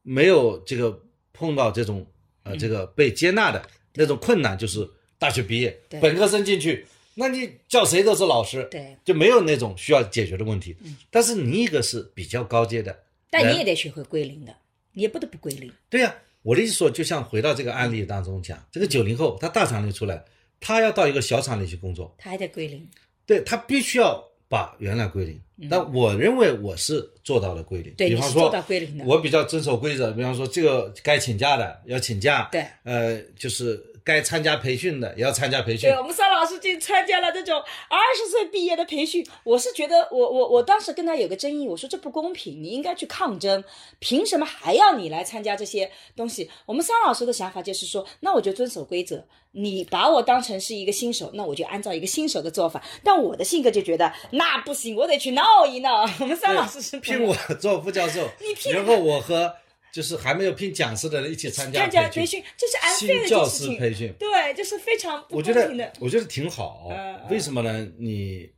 S2: 没有这个碰到这种呃
S3: 嗯
S2: 这个被接纳的那种困难，就是大学毕业
S3: 对
S2: 本科生进去，那你叫谁都是老师，
S3: 对，
S2: 就没有那种需要解决的问题
S3: 嗯。
S2: 但是你一个是比较高阶的，
S3: 但
S2: 人
S3: 你也得学会归零的，你也不得不归零。
S2: 对呀、我的意思说，就像回到这个案例当中
S3: 嗯
S2: 讲，这个九零后他大厂里出来，他要到一个小厂里去工作，
S3: 他还得归零，
S2: 对他必须要把原来归零。但我认为我是做到了归零，
S3: 嗯对，
S2: 比
S3: 你
S2: 方
S3: 是
S2: 说
S3: 做到归零的。
S2: 我比较遵守规则，比方说这个该请假的要请假，
S3: 对
S2: 呃，就是该参加培训的也要参加培训
S3: 对，我们桑老师就参加了这种二十岁毕业的培训。我是觉得我，我我当时跟他有个争议，我说这不公平，你应该去抗争，凭什么还要你来参加这些东西？我们桑老师的想法就是说，那我就遵守规则，你把我当成是一个新手，那我就按照一个新手的做法。但我的性格就觉得那不行，我得去闹一闹。我们桑老师 是
S2: 聘我做副教 授，然后我和就是还没有聘讲师的人一起参加
S3: 参加
S2: 培
S3: 培训，这是安费
S2: 新
S3: 的
S2: 教
S3: 这
S2: 师
S3: 事情。
S2: 培训，
S3: 对，这是非常不公
S2: 我觉
S3: 平的
S2: 得。我觉得挺好
S3: 嗯嗯。
S2: 为什么呢？你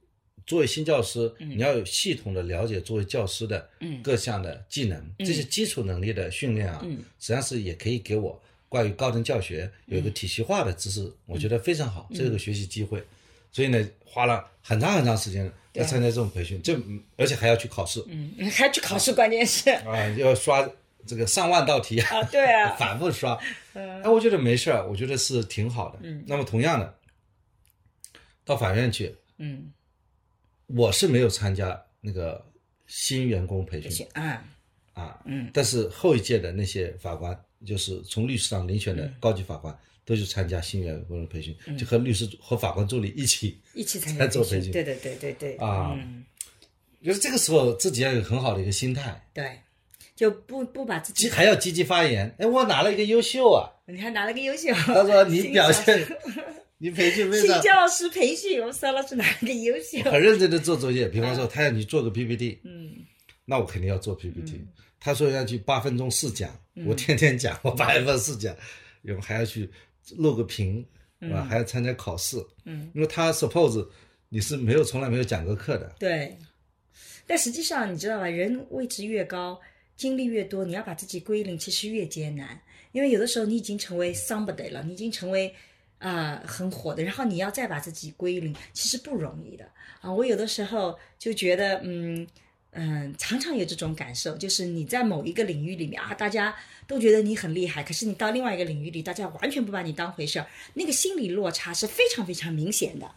S2: 作为新教师，你要有系统的了解作为教师的
S3: 嗯
S2: 各项的技能，这些基础能力的训练啊
S3: 嗯，
S2: 实际上是也可以给我关于高等教学有一个体系化的知识，我觉得非常
S3: 嗯
S2: 好，这是个学习机会。所以呢，花了很长很长时间
S3: 对啊
S2: 要参加这种培训，这嗯而且还要去考试
S3: 嗯，还去考试，关键是
S2: 啊，要刷这个上万道题啊
S3: 啊，对啊，
S2: 反复刷。哎，我觉得没事儿，我觉得是挺好的。
S3: 嗯
S2: 那么同样的，到法院去，
S3: 嗯，
S2: 我是没有参加那个新员工培训
S3: 啊，
S2: 啊，
S3: 嗯
S2: 但是后一届的那些法官就是从律师长遴选的
S3: 嗯
S2: 高级法官，都去参加新源工人培训，
S3: 嗯
S2: 就和律师和法官助理一起
S3: 一起参加
S2: 在做培
S3: 训
S2: 训
S3: 对对对对对，
S2: 啊
S3: 嗯，
S2: 就是这个时候自己要有很好的一个心态，
S3: 对，就不不把自
S2: 积
S3: 己，
S2: 还要积极发言。哎，我拿了一个优秀啊！
S3: 你还拿了个优秀，
S2: 他说 你
S3: 新
S2: 表
S3: 教
S2: 现， 你培训非
S3: 新
S2: 常
S3: 教师培训，我们孙老师拿了个优秀，
S2: 很认真的做作业。比方说，他让你做个 PPT，
S3: 嗯，
S2: 那我肯定要做 PPT
S3: 嗯。
S2: 他说要去八分钟试讲，
S3: 嗯
S2: 我天天讲，我八月份试讲，然后还要去录个屏，是吧？
S3: 嗯
S2: 还要参加考试，
S3: 嗯，
S2: 因为他 suppose 你是没有从来没有讲过课的，
S3: 对。但实际上，你知道吧？人位置越高，经历越多，你要把自己归零，其实越艰难。因为有的时候你已经成为 somebody 了，你已经成为啊、很火的，然后你要再把自己归零，其实不容易的啊。我有的时候就觉得，嗯嗯，常常有这种感受，就是你在某一个领域里面啊，大家都觉得你很厉害，可是你到另外一个领域里，大家完全不把你当回事儿，那个心理落差是非常非常明显的。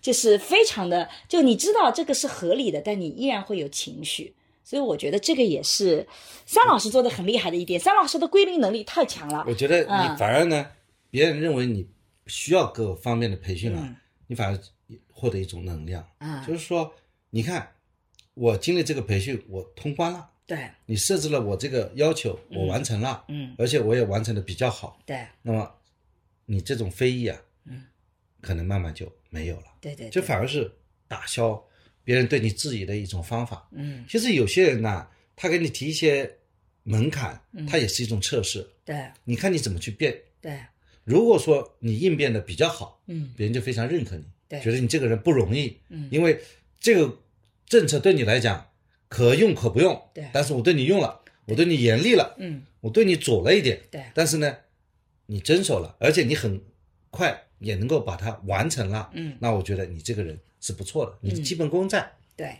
S3: 就是非常的，就你知道这个是合理的，但你依然会有情绪。所以我觉得这个也是三老师做的很厉害的一点，三老师的归零能力太强了
S2: 我。觉得
S3: 嗯
S2: 你反而呢，别人认为你需要各方面的培训
S3: 嗯
S2: 啊，你反而获得一种能量，
S3: 啊
S2: 就是说，你看我经历这个培训，我通关了。
S3: 对，
S2: 你设置了我这个要求，我完成了，
S3: 嗯，
S2: 而且我也完成的比较好。
S3: 对，
S2: 那么，你这种非议啊，
S3: 嗯，
S2: 可能慢慢就没有了，
S3: 对对，
S2: 这
S3: 对
S2: 反而是打消别人对你质疑的一种方法。
S3: 嗯，
S2: 其实有些人呐，他给你提一些门槛
S3: 嗯，
S2: 他也是一种测试，
S3: 对
S2: 你看你怎么去变。
S3: 对，
S2: 如果说你应变的比较好，
S3: 嗯
S2: 别人就非常认可你，
S3: 对
S2: 觉得你这个人不容易，
S3: 嗯，
S2: 因为这个政策对你来讲可用可不用，
S3: 对
S2: 但是我对你用了，我对你严厉了，
S3: 嗯
S2: 我对你左了一点，
S3: 对
S2: 但是呢，你遵守了，而且你很快也能够把它完成了，
S3: 嗯
S2: 那我觉得你这个人是不错的，你
S3: 嗯
S2: 基本功在，
S3: 对，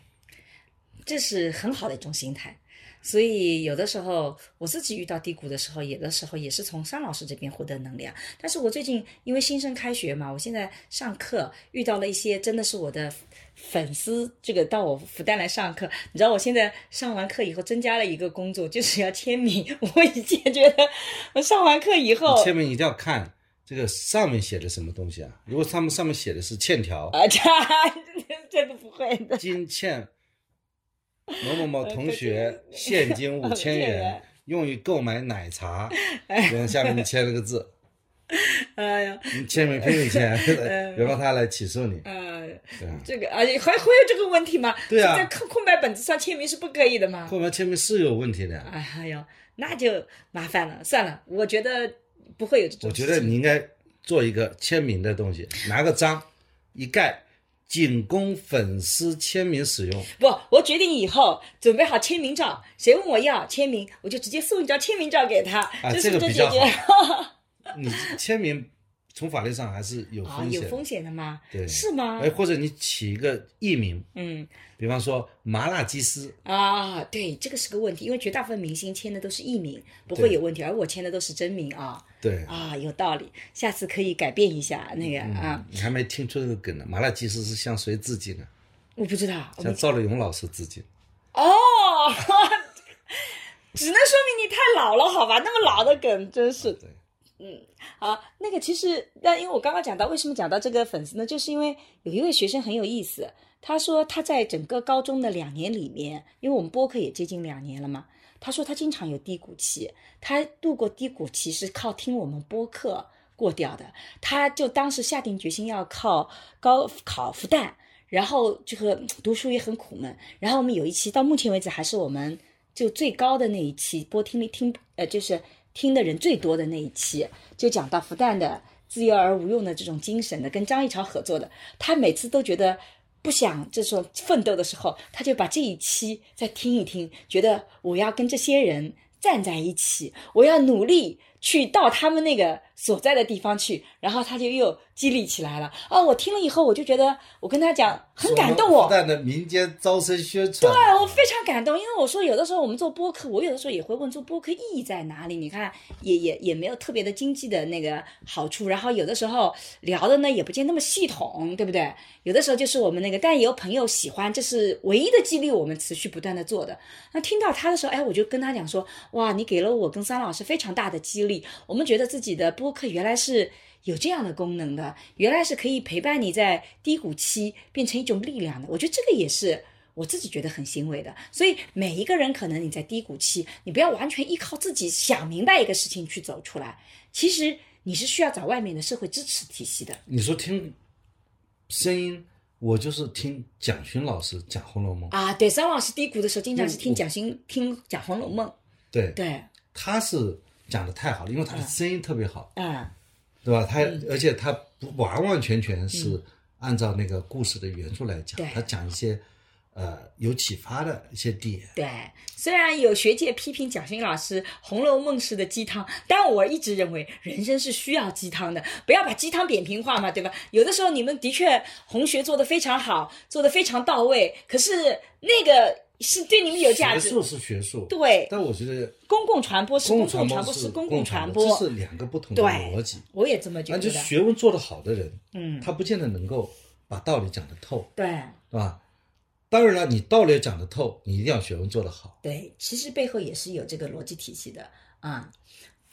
S3: 这是很好的一种心态。所以有的时候我自己遇到低谷的时候，有的时候也是从商老师这边获得能量。但是我最近因为新生开学嘛，我现在上课遇到了一些真的是我的粉丝，这个到我复旦来上课，你知道我现在上完课以后增加了一个工作，就是要签名。 我以前觉得我上完课以后
S2: 你前面一定要看这个上面写的什么东西啊，如果他们上面写的是欠条，
S3: 啊，这这个不会的。
S2: 今欠某某某同
S3: 哎
S2: 学现金五千元，用于购买奶茶。然后下面你签了个字，
S3: 哎呀，
S2: 你签名拼 命签，
S3: 嗯
S2: 然后他来起诉你。
S3: 呃，
S2: 对啊，
S3: 这个而且还会有这个问题吗？
S2: 对啊
S3: 在空空白本子上签名是不可以的吗？
S2: 后面签名是有问题的呀。
S3: 哎呦，那就麻烦了，算了，我觉得不会有这种
S2: 我
S3: 事
S2: 觉
S3: 情。
S2: 得你应该做一个签名的东西，拿个章一盖，仅供粉丝签名使用。
S3: 不，我决定以后准备好签名照，谁问我要签名，我就直接送一张签名照给他，
S2: 啊
S3: 这
S2: 这
S3: 是
S2: 个
S3: 就
S2: 比
S3: 解
S2: 较
S3: 决。
S2: 你签名从法律上还是有
S3: 啊，
S2: 风
S3: 有
S2: 险的，
S3: 风险的吗？
S2: 对
S3: 是吗
S2: 哎，？或者你起一个艺名，
S3: 嗯
S2: 比方说麻辣鸡丝，
S3: 啊，对，这个是个问题，因为绝大部分明星签的都是艺名，不
S2: 对
S3: 会有问题，而我签的都是真名啊。
S2: 对，
S3: 啊，有道理，下次可以改变一下那个啊
S2: 嗯，，你还没听出这个梗呢？麻辣鸡丝是向谁致敬啊？
S3: 我不知道，我没
S2: 向赵丽蓉老师致敬。
S3: 哦， 只能说明你太老了，好吧？那么老的梗，真是。
S2: 对，
S3: 啊，那个其实，那因为我刚刚讲到，为什么讲到这个粉丝呢？就是因为有一位学生很有意思，他说他在整个高中的两年里面，因为我们播客也接近两年了嘛，他说他经常有低谷期，他度过低谷期是靠听我们播客过掉的。他就当时下定决心要靠高考复旦，然后这个嗯读书也很苦闷。然后我们有一期到目前为止还是我们就最高的那一期播听率听呃就是听的人最多的那一期，就讲到复旦的自由而无用的这种精神的，跟张一潮合作的，他每次都觉得。不想这种奋斗的时候，他就把这一期再听一听，觉得我要跟这些人站在一起，我要努力去到他们那个所在的地方去，然后他就又激励起来了。哦，我听了以后，我就觉得我跟他讲很感动哦我，
S2: 复旦的民间招生宣传，
S3: 对哦我非常感动，因为我说有的时候我们做播客，我有的时候也会问做播客意义在哪里。你看，也也也没有特别的经济的那个好处，然后有的时候聊的呢也不见那么系统，对不对？有的时候就是我们那个，但也有朋友喜欢，这是唯一的激励我们持续不断的做的。那听到他的时候，哎，我就跟他讲说，哇，你给了我跟桑老师非常大的激力，我们觉得自己的播客原来是有这样的功能的，原来是可以陪伴你在低谷期变成一种力量的。我觉得这个也是。我自己觉得很欣慰的，所以每一个人可能你在低谷期，你不要完全依靠自己想明白一个事情去走出来，其实你是需要找外面的社会支持体系的。
S2: 你说听声音，我就是听蒋勋老师讲《红楼梦》，
S3: 啊，对，张老师低谷的时候，经常是听蒋勋听讲《红楼梦》，
S2: 对，
S3: 对，
S2: 他是讲的太好了，因为他的声音特别好，
S3: 啊，
S2: 对吧？他
S3: 嗯
S2: 而且他不完完全全是按照那个故事的原著来讲
S3: 对，
S2: 他讲一些呃有启发的一些点，
S3: 对。虽然有学界批评蒋勋老师《红楼梦》式的鸡汤，但我一直认为人生是需要鸡汤的，不要把鸡汤扁平化嘛，对吧？有的时候你们的确红学做得非常好，做得非常到位，可是那个是对你们有价
S2: 学
S3: 值
S2: 术。是学术，
S3: 对，
S2: 但我觉得
S3: 公共传播是
S2: 公
S3: 公
S2: 共
S3: 共
S2: 传
S3: 传
S2: 播
S3: 播是
S2: 是
S3: 公
S2: 共
S3: 共
S2: 传
S3: 传
S2: 播，
S3: 播，
S2: 这是两个不同的
S3: 对
S2: 逻辑。
S3: 我也这么觉
S2: 那
S3: 得。
S2: 就是学问做得好的人，
S3: 嗯，
S2: 他不见得能够把道理讲得透，
S3: 对
S2: 对吧？当然了，你道理讲得透，你一定要学问做得好。
S3: 对，其实背后也是有这个逻辑体系的啊。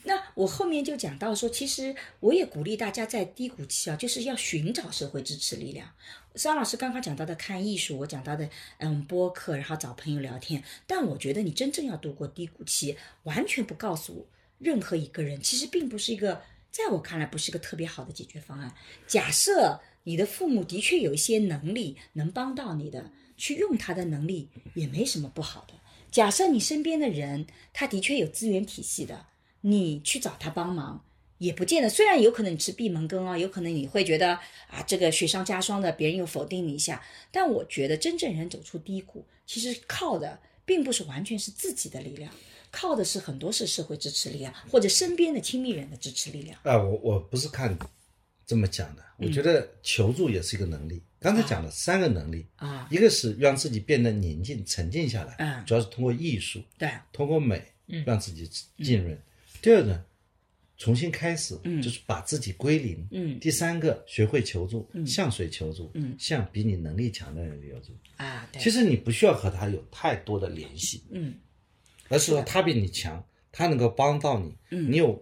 S3: 那我后面就讲到说，其实我也鼓励大家在低谷期啊，就是要寻找社会支持力量。张老师刚刚讲到的看艺术，我讲到的嗯播客，然后找朋友聊天。但我觉得你真正要度过低谷期，完全不告诉任何一个人，其实并不是一个，在我看来不是一个特别好的解决方案。假设你的父母的确有一些能力能帮到你的，去用他的能力也没什么不好的。假设你身边的人他的确有资源体系的，你去找他帮忙。也不见得，虽然有可能你吃闭门羹啊，有可能你会觉得啊，这个雪上加霜的，别人又否定你一下。但我觉得真正人走出低谷，其实靠的并不是完全是自己的力量，靠的是很多是社会支持力量，或者身边的亲密人的支持力量。
S2: 啊，我我不是看这么讲的，
S3: 嗯
S2: 我觉得求助也是一个能力。刚才讲了三个能力，
S3: 啊，
S2: 一个是让自己变得宁静、沉静下来，
S3: 嗯
S2: 主要是通过艺术、
S3: 对，
S2: 通过美
S3: 嗯
S2: 让自己浸润。第二呢，重新开始，
S3: 嗯
S2: 就是把自己归零。
S3: 嗯
S2: 第三个，学会求助，
S3: 嗯
S2: 向谁求助？
S3: 嗯
S2: 向比你能力强的人求助。
S3: 啊，对，
S2: 其实你不需要和他有太多的联系，
S3: 嗯
S2: 而是说他比你强，他能够帮到你，
S3: 嗯
S2: 你有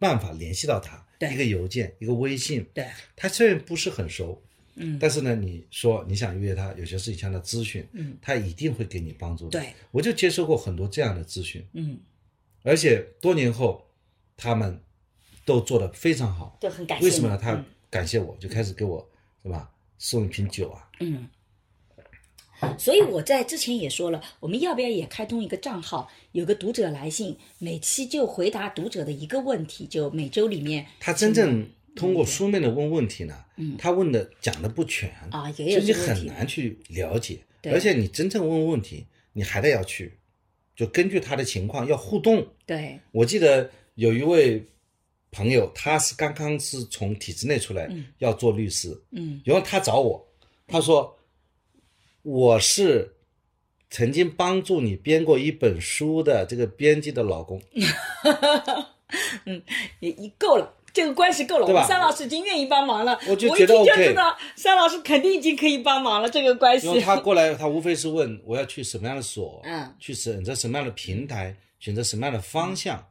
S2: 办法联系到他，
S3: 对
S2: 一个邮件，一个微信。
S3: 对，
S2: 他虽然不是很熟，
S3: 嗯
S2: 但是呢，你说你想约他，有些事情向他咨询，
S3: 嗯
S2: 他一定会给你帮助的。
S3: 对，
S2: 我就接受过很多这样的咨询，
S3: 嗯，
S2: 而且多年后，他们都做得非常好。
S3: 就很感谢
S2: 为
S3: 你。
S2: 什么呢？他
S3: 嗯
S2: 感谢我，就开始给我什么送一瓶酒啊，
S3: 嗯，所以我在之前也说了，我们要不要也开通一个账号？有个读者来信，每期就回答读者的一个问题，就每周里面
S2: 他真正通过书面的问问题呢，
S3: 嗯
S2: 他问的讲的不全
S3: 啊也
S2: 所
S3: 有
S2: 以你
S3: 这个问
S2: 很
S3: 题
S2: 难去了解，
S3: 对
S2: 而且你真正问问题，你还得要去，就根据他的情况要互动。
S3: 对
S2: 我记得有一位朋友，他是刚刚是从体制内出来，
S3: 嗯
S2: 要做律师，
S3: 嗯
S2: 然后他找我，他说我是。曾经帮助你编过一本书的这个编辑的老公，
S3: 也也够了。这个关系够了，我
S2: 对吧
S3: 们三老师已经愿意帮忙了。
S2: 我
S3: 我
S2: 就觉得
S3: 一听就
S2: OK
S3: 知道三老师肯定已经可以帮忙了。这个 关系
S2: 因为他过来，他无非是问我要去什么样的所，
S3: 嗯
S2: 去选择什么样的平台，选择什么样的方向，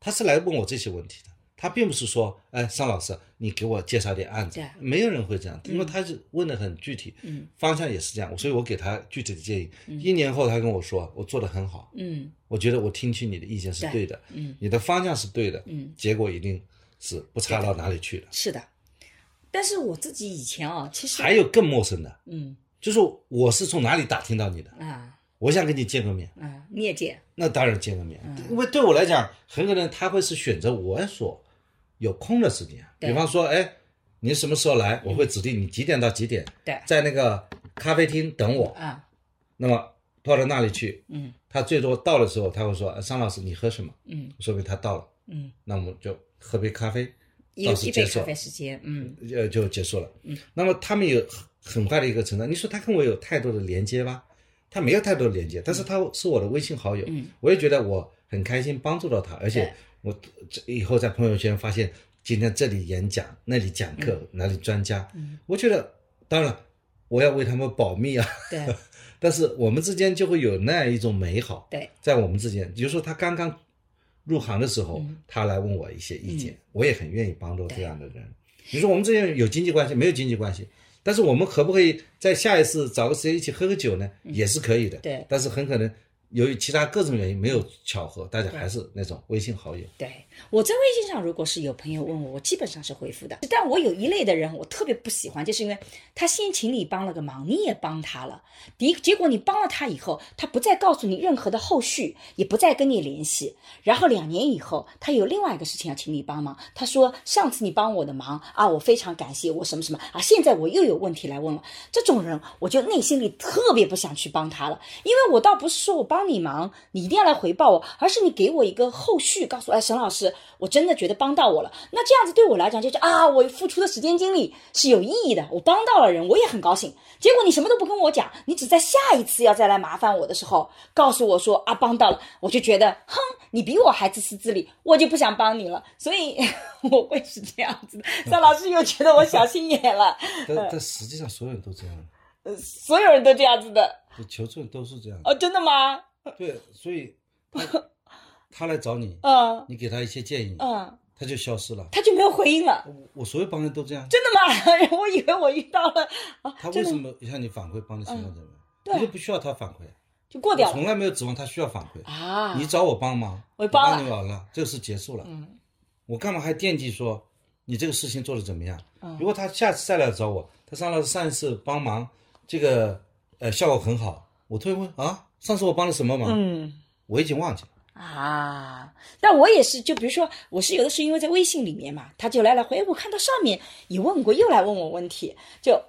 S2: 他是来问我这些问题的。他并不是说，哎，尚老师，你给我介绍点案子
S3: 对，
S2: 没有人会这样，因为他是问的很具体，
S3: 嗯
S2: 方向也是这样，所以我给他具体的建议。一年后，他跟我说，我做的很好，
S3: 嗯
S2: 我觉得我听取你的意见是
S3: 对
S2: 对的，
S3: 嗯
S2: 你的方向是对的，
S3: 嗯，
S2: 结果一定是不差到哪里去的。
S3: 是的。但是我自己以前啊，其实
S2: 还有更陌生的，
S3: 嗯
S2: 就是我是从哪里打听到你的，
S3: 啊
S2: 我想跟你见个面。
S3: 啊，你也见
S2: 那当然见个面，
S3: 嗯
S2: 因为对我来讲，很可能他会是选择我所有空的时间，
S3: 对
S2: 比方说，哎，你什么时候来？我会指定你几点到几点，
S3: 对
S2: 在那个咖啡厅等我，
S3: 啊
S2: 那么跑到那里去。
S3: 嗯
S2: 他最多到的时候，他会说：“呃张老师，你喝什么
S3: 嗯？”
S2: 说明他到了，
S3: 嗯，
S2: 那我们就喝杯咖啡，
S3: 一
S2: 到
S3: 个
S2: 此
S3: 一
S2: 结
S3: 杯
S2: 束
S3: 咖啡嗯时间，嗯
S2: 呃，就结束了。那么他们有很很快的一个成长。你说他跟我有太多的连接吧？他没有太多的连接，但是他是我的微信好友，
S3: 嗯
S2: 我也觉得我很开心帮助到他，而且我这以后在朋友圈发现今天这里演讲，那里讲课，哪里专家，
S3: 嗯，
S2: 我觉得当然我要为他们保密啊，
S3: 对
S2: 但是我们之间就会有那样一种美好
S3: 对
S2: 在我们之间，比如说他刚刚入行的时候
S3: 嗯，
S2: 他来问我一些意见，我也很愿意帮助这样的人。你说我们之间有经济关系，没有经济关系，但是我们可不可以在下一次找个时间一起喝个酒呢？也是可以的。
S3: 嗯对
S2: 但是很可能由于其他各种原因没有巧合，大家还是那种微信好友。
S3: 对，我在微信上如果是有朋友问我，我基本上是回复的。但我有一类的人，我特别不喜欢，就是因为他先请你帮了个忙，你也帮他了，你结果你帮了他以后，他不再告诉你任何的后续，也不再跟你联系。然后两年以后，他有另外一个事情要请你帮忙，他说上次你帮我的忙啊，我非常感谢，我什么什么啊，现在我又有问题来问了。这种人，我就内心里特别不想去帮他了，因为我倒不是说我帮你忙，你一定要来回报我，而是你给我一个后续，告诉我，哎，沈老师，我真的觉得帮到我了。那这样子对我来讲，就是啊，我付出的时间精力是有意义的，我帮到了人，我也很高兴。结果你什么都不跟我讲，你只在下一次要再来麻烦我的时候，告诉我说啊帮到了，我就觉得哼，你比我还自私自利，我就不想帮你了。所以 我会是这样子的。张老师又觉得我小心眼了，
S2: 但但实际上所有人都这样的，
S3: 呃所有人都这样子的
S2: 就求助人都是这样的。
S3: 哦，真的吗？
S2: 对，所以他他来找你，
S3: 嗯
S2: 你给他一些建议，
S3: 嗯，
S2: 他就消失了。
S3: 他就没有回应了。
S2: 我我所有帮人都这样，
S3: 真的吗？我 以为我遇到了啊，
S2: 他
S3: 真
S2: 为
S3: 的
S2: 什
S3: 吗
S2: 么向你反馈帮你身上的人？
S3: 对
S2: 你就不需要他反馈，
S3: 就过掉
S2: 我
S3: 了
S2: 从来没有指望他需要反馈。
S3: 啊？
S2: 你找我帮忙，
S3: 我
S2: 我
S3: 帮了
S2: 帮你完了，这个事结束了。
S3: 嗯
S2: 我干嘛还惦记说你这个事情做的怎么样？
S3: 嗯
S2: 如果他下次再来找我，他上了上一次帮忙，这个呃效果很好，我突然问啊，上次我帮了什么忙？
S3: 嗯
S2: 我已经忘记了。
S3: 啊，但我也是，就比如说，我是有的是因为在微信里面嘛，他就来来回，哎，我看到上面也问过，又来问我问题，就。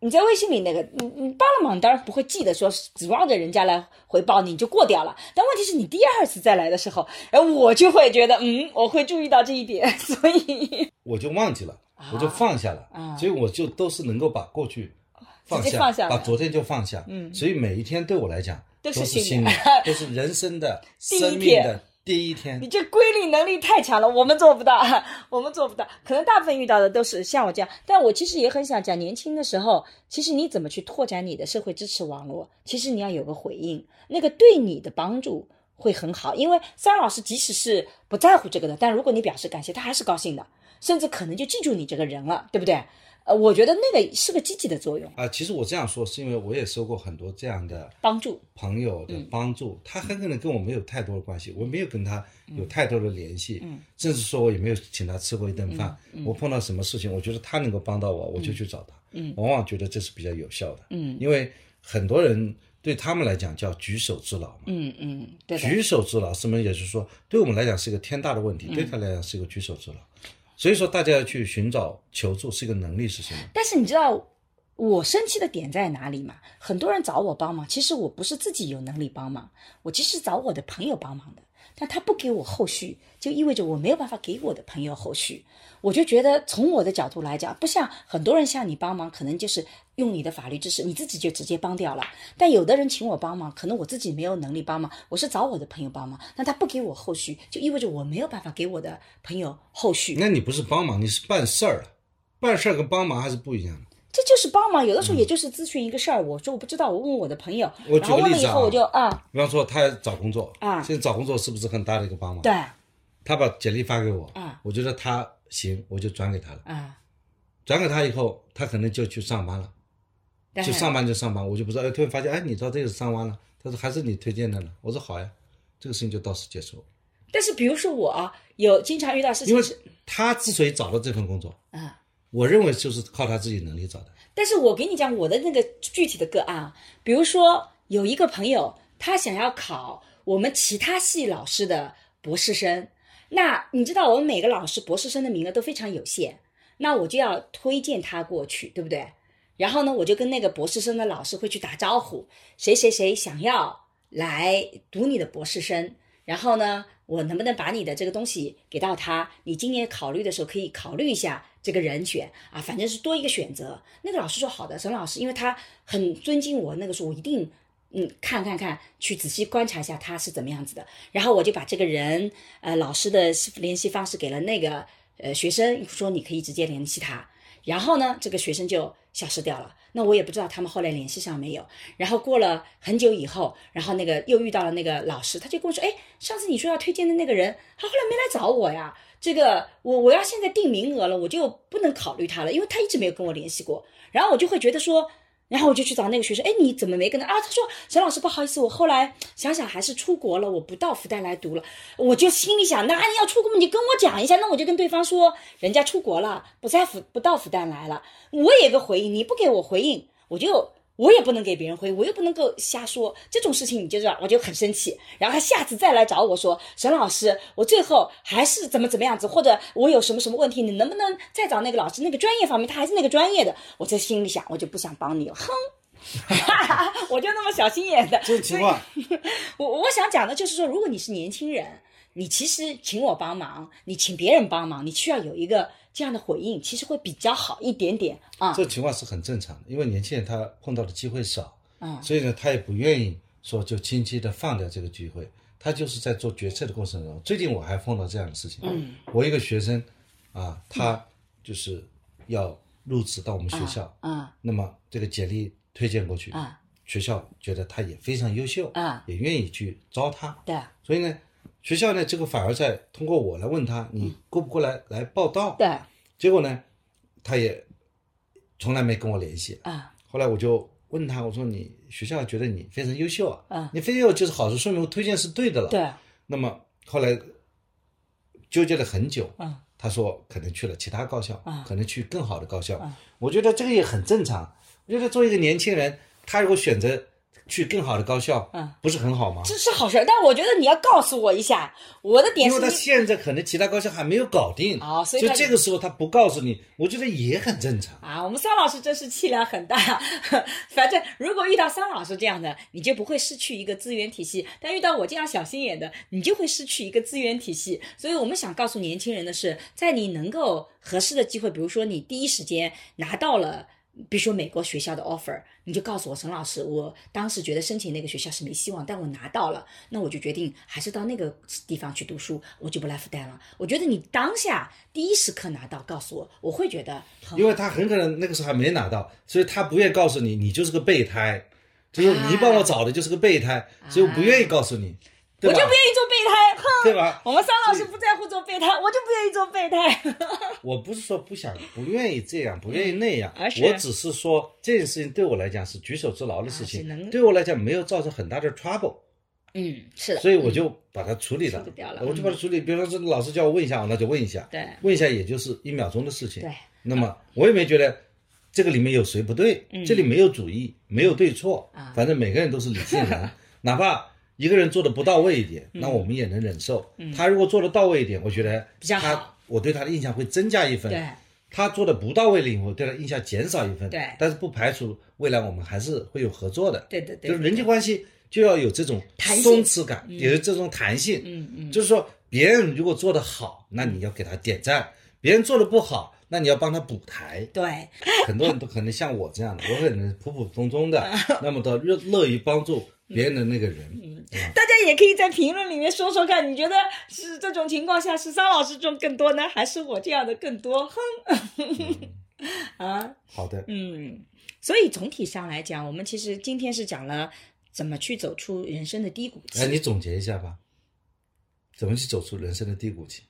S3: 你在微信里那个，你你帮了忙，你当然不会记得说指望着人家来回报你，你就过掉了。但问题是你第二次再来的时候，哎，我就会觉得，嗯，我会注意到这一点， 所以
S2: 我就忘记了，
S3: 啊
S2: 我就放下了，
S3: 啊
S2: 所以我就都是能够把过去放
S3: 直接
S2: 下，
S3: 放下来
S2: 把昨天就放下，
S3: 嗯
S2: 所以每一天对我来讲
S3: 都是
S2: 是
S3: 新
S2: 新
S3: 的
S2: 的，都是人生的
S3: 第一
S2: 生命
S3: 天
S2: 的第一天
S3: 你。这归零能力太强了，我们做不到， 我们做不到。可能大部分遇到的都是像我这样，但我其实也很想讲，年轻的时候，其实你怎么去拓展你的社会支持网络，其实你要有个回应，那个对你的帮助会很好。因为三老师即使是不在乎这个的，但如果你表示感谢，他还是高兴的，甚至可能就记住你这个人了，对不对？呃，我觉得那个是个积极的作用，
S2: 啊、其实我这样说是因为我也收过很多这样的
S3: 帮助。
S2: 朋友
S3: 嗯
S2: 的帮助，他很可能跟我没有太多的关系，我没有跟他有太多的联系，
S3: 嗯
S2: 甚至说我也没有请他吃过一顿饭。我碰到什么事情，我觉得他能够帮到我，我就去找他。
S3: 嗯
S2: 往往觉得这是比较有效的，
S3: 嗯
S2: 因为很多人对他们来讲叫举手之劳嘛。
S3: 嗯嗯，对的。
S2: 举手之劳，什么也就是说，对我们来讲是一个天大的问题，
S3: 嗯
S2: 对他来讲是一个举手之劳。所以说，大家要去寻找求助是一个能力是什么？
S3: 但是你知道我生气的点在哪里吗？很多人找我帮忙，其实我不是自己有能力帮忙，我其实找我的朋友帮忙的。但他不给我后续，就意味着我没有办法给我的朋友后续。我就觉得从我的角度来讲，不像很多人向你帮忙，可能就是用你的法律知识，你自己就直接帮掉了。但有的人请我帮忙，可能我自己没有能力帮忙，我是找我的朋友帮忙，那他不给我后续，就意味着我没有办法给我的朋友后续。
S2: 那你不是帮忙，你是办事儿啊，办事儿跟帮忙还是不一样的。
S3: 这就是帮忙，有的时候也就是咨询一个事儿，我说我不知道，我问我的朋友，
S2: 嗯我
S3: 然
S2: 举
S3: 后
S2: 个
S3: 问了
S2: 例
S3: 以
S2: 子啊
S3: 后我就啊，
S2: 比方说，他找工作
S3: 啊
S2: 现在找工作是不是很大的一个帮忙？
S3: 对，
S2: 他把简历发给我
S3: 啊
S2: 我觉得他行，我就转给他了。
S3: 啊，
S2: 转给他以后，他可能就去上班了，
S3: 但
S2: 就是上班就上班，我就不知道。哎，突然发现，哎，你到这个上班了，他说还是你推荐的呢。我说好呀，这个事情就到此结束。
S3: 但是比如说我啊有经常遇到事
S2: 因
S3: 情
S2: 为
S3: 是
S2: 他之所以找到这份工作，
S3: 啊，
S2: 我认为就是靠他自己能力找的。
S3: 但是我给你讲我的那个具体的个案啊，比如说有一个朋友他想要考我们其他系老师的博士生，那你知道我们每个老师博士生的名额都非常有限，那我就要推荐他过去，对不对？然后呢，我就跟那个博士生的老师会去打招呼，谁谁谁想要来读你的博士生，然后呢，我能不能把你的这个东西给到他？你今年考虑的时候可以考虑一下这个人选啊，反正是多一个选择。那个老师说好的，沈老师，因为他很尊敬我，那个时候我一定。嗯，看看看，去仔细观察一下他是怎么样子的。然后我就把这个人，呃，老师的联系方式给了那个呃学生，说你可以直接联系他。然后呢，这个学生就消失掉了。那我也不知道他们后来联系上没有。然后过了很久以后，然后那个又遇到了那个老师，他就跟我说：“哎，上次你说要推荐的那个人，他后来没来找我呀。这个我我要现在定名额了，我就不能考虑他了，因为他一直没有跟我联系过。”然后我就会觉得说。然后我就去找那个学生，哎，你怎么没跟他啊？他说：“沈老师，不好意思，我后来想想还是出国了，我不到复旦来读了。”我就心里想，那你要出国，你就跟我讲一下。那我就跟对方说，人家出国了，不在复不到复旦来了。我也个回应，你不给我回应，我就我也不能给别人回，我又不能够瞎说这种事情，你就知道，我就很生气。然后他下次再来找我说，沈老师，我最后还是怎么怎么样子，或者我有什么什么问题，你能不能再找那个老师？那个专业方面，他还是那个专业的。我在心里想，我就不想帮你，哼。 我就那么小心眼的，
S2: 这种情况，
S3: 我我想讲的就是说，如果你是年轻人，你其实请我帮忙，你请别人帮忙，你需要有一个这样的回应，其实会比较好一点点啊。
S2: 这种情况是很正常的，因为年轻人他碰到的机会少，
S3: 嗯
S2: 所以呢，他也不愿意说就轻轻的放掉这个聚会，他就是在做决策的过程中。最近我还碰到这样的事情，
S3: 嗯
S2: 我一个学生啊，他就是要入职到我们学校，
S3: 啊
S2: 那么这个简历推荐过去，
S3: 啊
S2: 学校觉得他也非常优秀，
S3: 啊，
S2: 也愿意去招他，
S3: 对，
S2: 所以呢，学校呢这个反而在通过我来问他，
S3: 嗯
S2: 你过不过来来报道？
S3: 对
S2: 结果呢，他也从来没跟我联系。
S3: 啊
S2: 后来我就问他，我说你学校觉得你非常优秀啊，
S3: 啊
S2: 你非常优秀就是好处，说明我推荐是对的了。
S3: 对。
S2: 那么后来纠结了很久，
S3: 啊
S2: 他说可能去了其他高校，
S3: 啊
S2: 可能去更好的高校。
S3: 啊
S2: 我觉得这个也很正常。我觉得作为一个年轻人，他如果选择去更好的高校，
S3: 啊，
S2: 不是很好吗？
S3: 这是好事儿，但我觉得你要告诉我一下，我的点
S2: 因
S3: 是
S2: 为他
S3: 你
S2: 现在可能其他高校还没有搞定，
S3: 哦所以他
S2: 这个时候他不告诉你，我觉得也很正常。
S3: 啊，我们桑老师真是气量很大。 反正如果遇到桑老师这样的，你就不会失去一个资源体系；但遇到我这样小心眼的，你就会失去一个资源体系。所以我们想告诉年轻人的是，在你能够合适的机会，比如说你第一时间拿到了。比如说美国学校的 offer，你就告诉我沈老师，我当时觉得申请那个学校是没希望，但我拿到了，那我就决定还是到那个地方去读书，我就不来复旦了。我觉得你当下第一时刻拿到告诉我，我会觉得很好
S2: 因为他很可能那个时候还没拿到，所以他不愿意告诉你，你就是个备胎，就是
S3: 啊
S2: 你帮我找的就是个备胎，所以我不愿意告诉你，对
S3: 我就
S2: 吧
S3: 不？愿意做备胎，哼！
S2: 对吧？
S3: 我们桑老师不在乎做备胎，我就不愿意做备胎。
S2: 我不是说不想、不愿意这样、不愿意那样，
S3: 嗯而是
S2: 我只是说这件事情对我来讲是举手之劳的事
S3: 啊是
S2: 情，
S3: 能
S2: 对我来讲没有造成很大的 trouble，
S3: 嗯，是的，
S2: 所以我就把它处理了，
S3: 嗯处理掉了
S2: 我就把它处理。比方说老师叫我问一下，我那就问一下，
S3: 对
S2: 问一下也就是一秒钟的事情，
S3: 对，
S2: 那么我也没觉得这个里面有谁不对，
S3: 嗯
S2: 这里没有主义，没有对错，
S3: 啊
S2: 反正每个人都是理性人， 哪怕一个人做的不到位一点，
S3: 嗯
S2: 那我们也能忍受。他如果做的到位一点，我觉得
S3: 比较好
S2: 他，我对他的印象会增加一分。
S3: 对，
S2: 他做的不到位了以后，对他印象减少一分。
S3: 对
S2: 但是不排除未来我们还是会有合作的。
S3: 对对对，
S2: 就是人际关系就要有这种
S3: 弹性
S2: 松弛感，也是这种弹性。
S3: 嗯嗯。
S2: 就是说别人如果做得好，那你要给他点赞；别人做的不好，那你要帮他补台
S3: 对，
S2: 很多人都可能像我这样的，我可能普普通通的，
S3: 嗯
S2: 那么的乐乐于帮助别人的那个人。
S3: 大家也可以在评论里面说说看，你觉得是这种情况下是桑老师这种更多呢，还是我这样的更多？哼，
S2: 嗯
S3: 啊，
S2: 好的，
S3: 嗯，所以总体上来讲，我们其实今天是讲了怎么去走出人生的低谷期。
S2: 哎，你总结一下吧，怎么去走出人生的低谷期？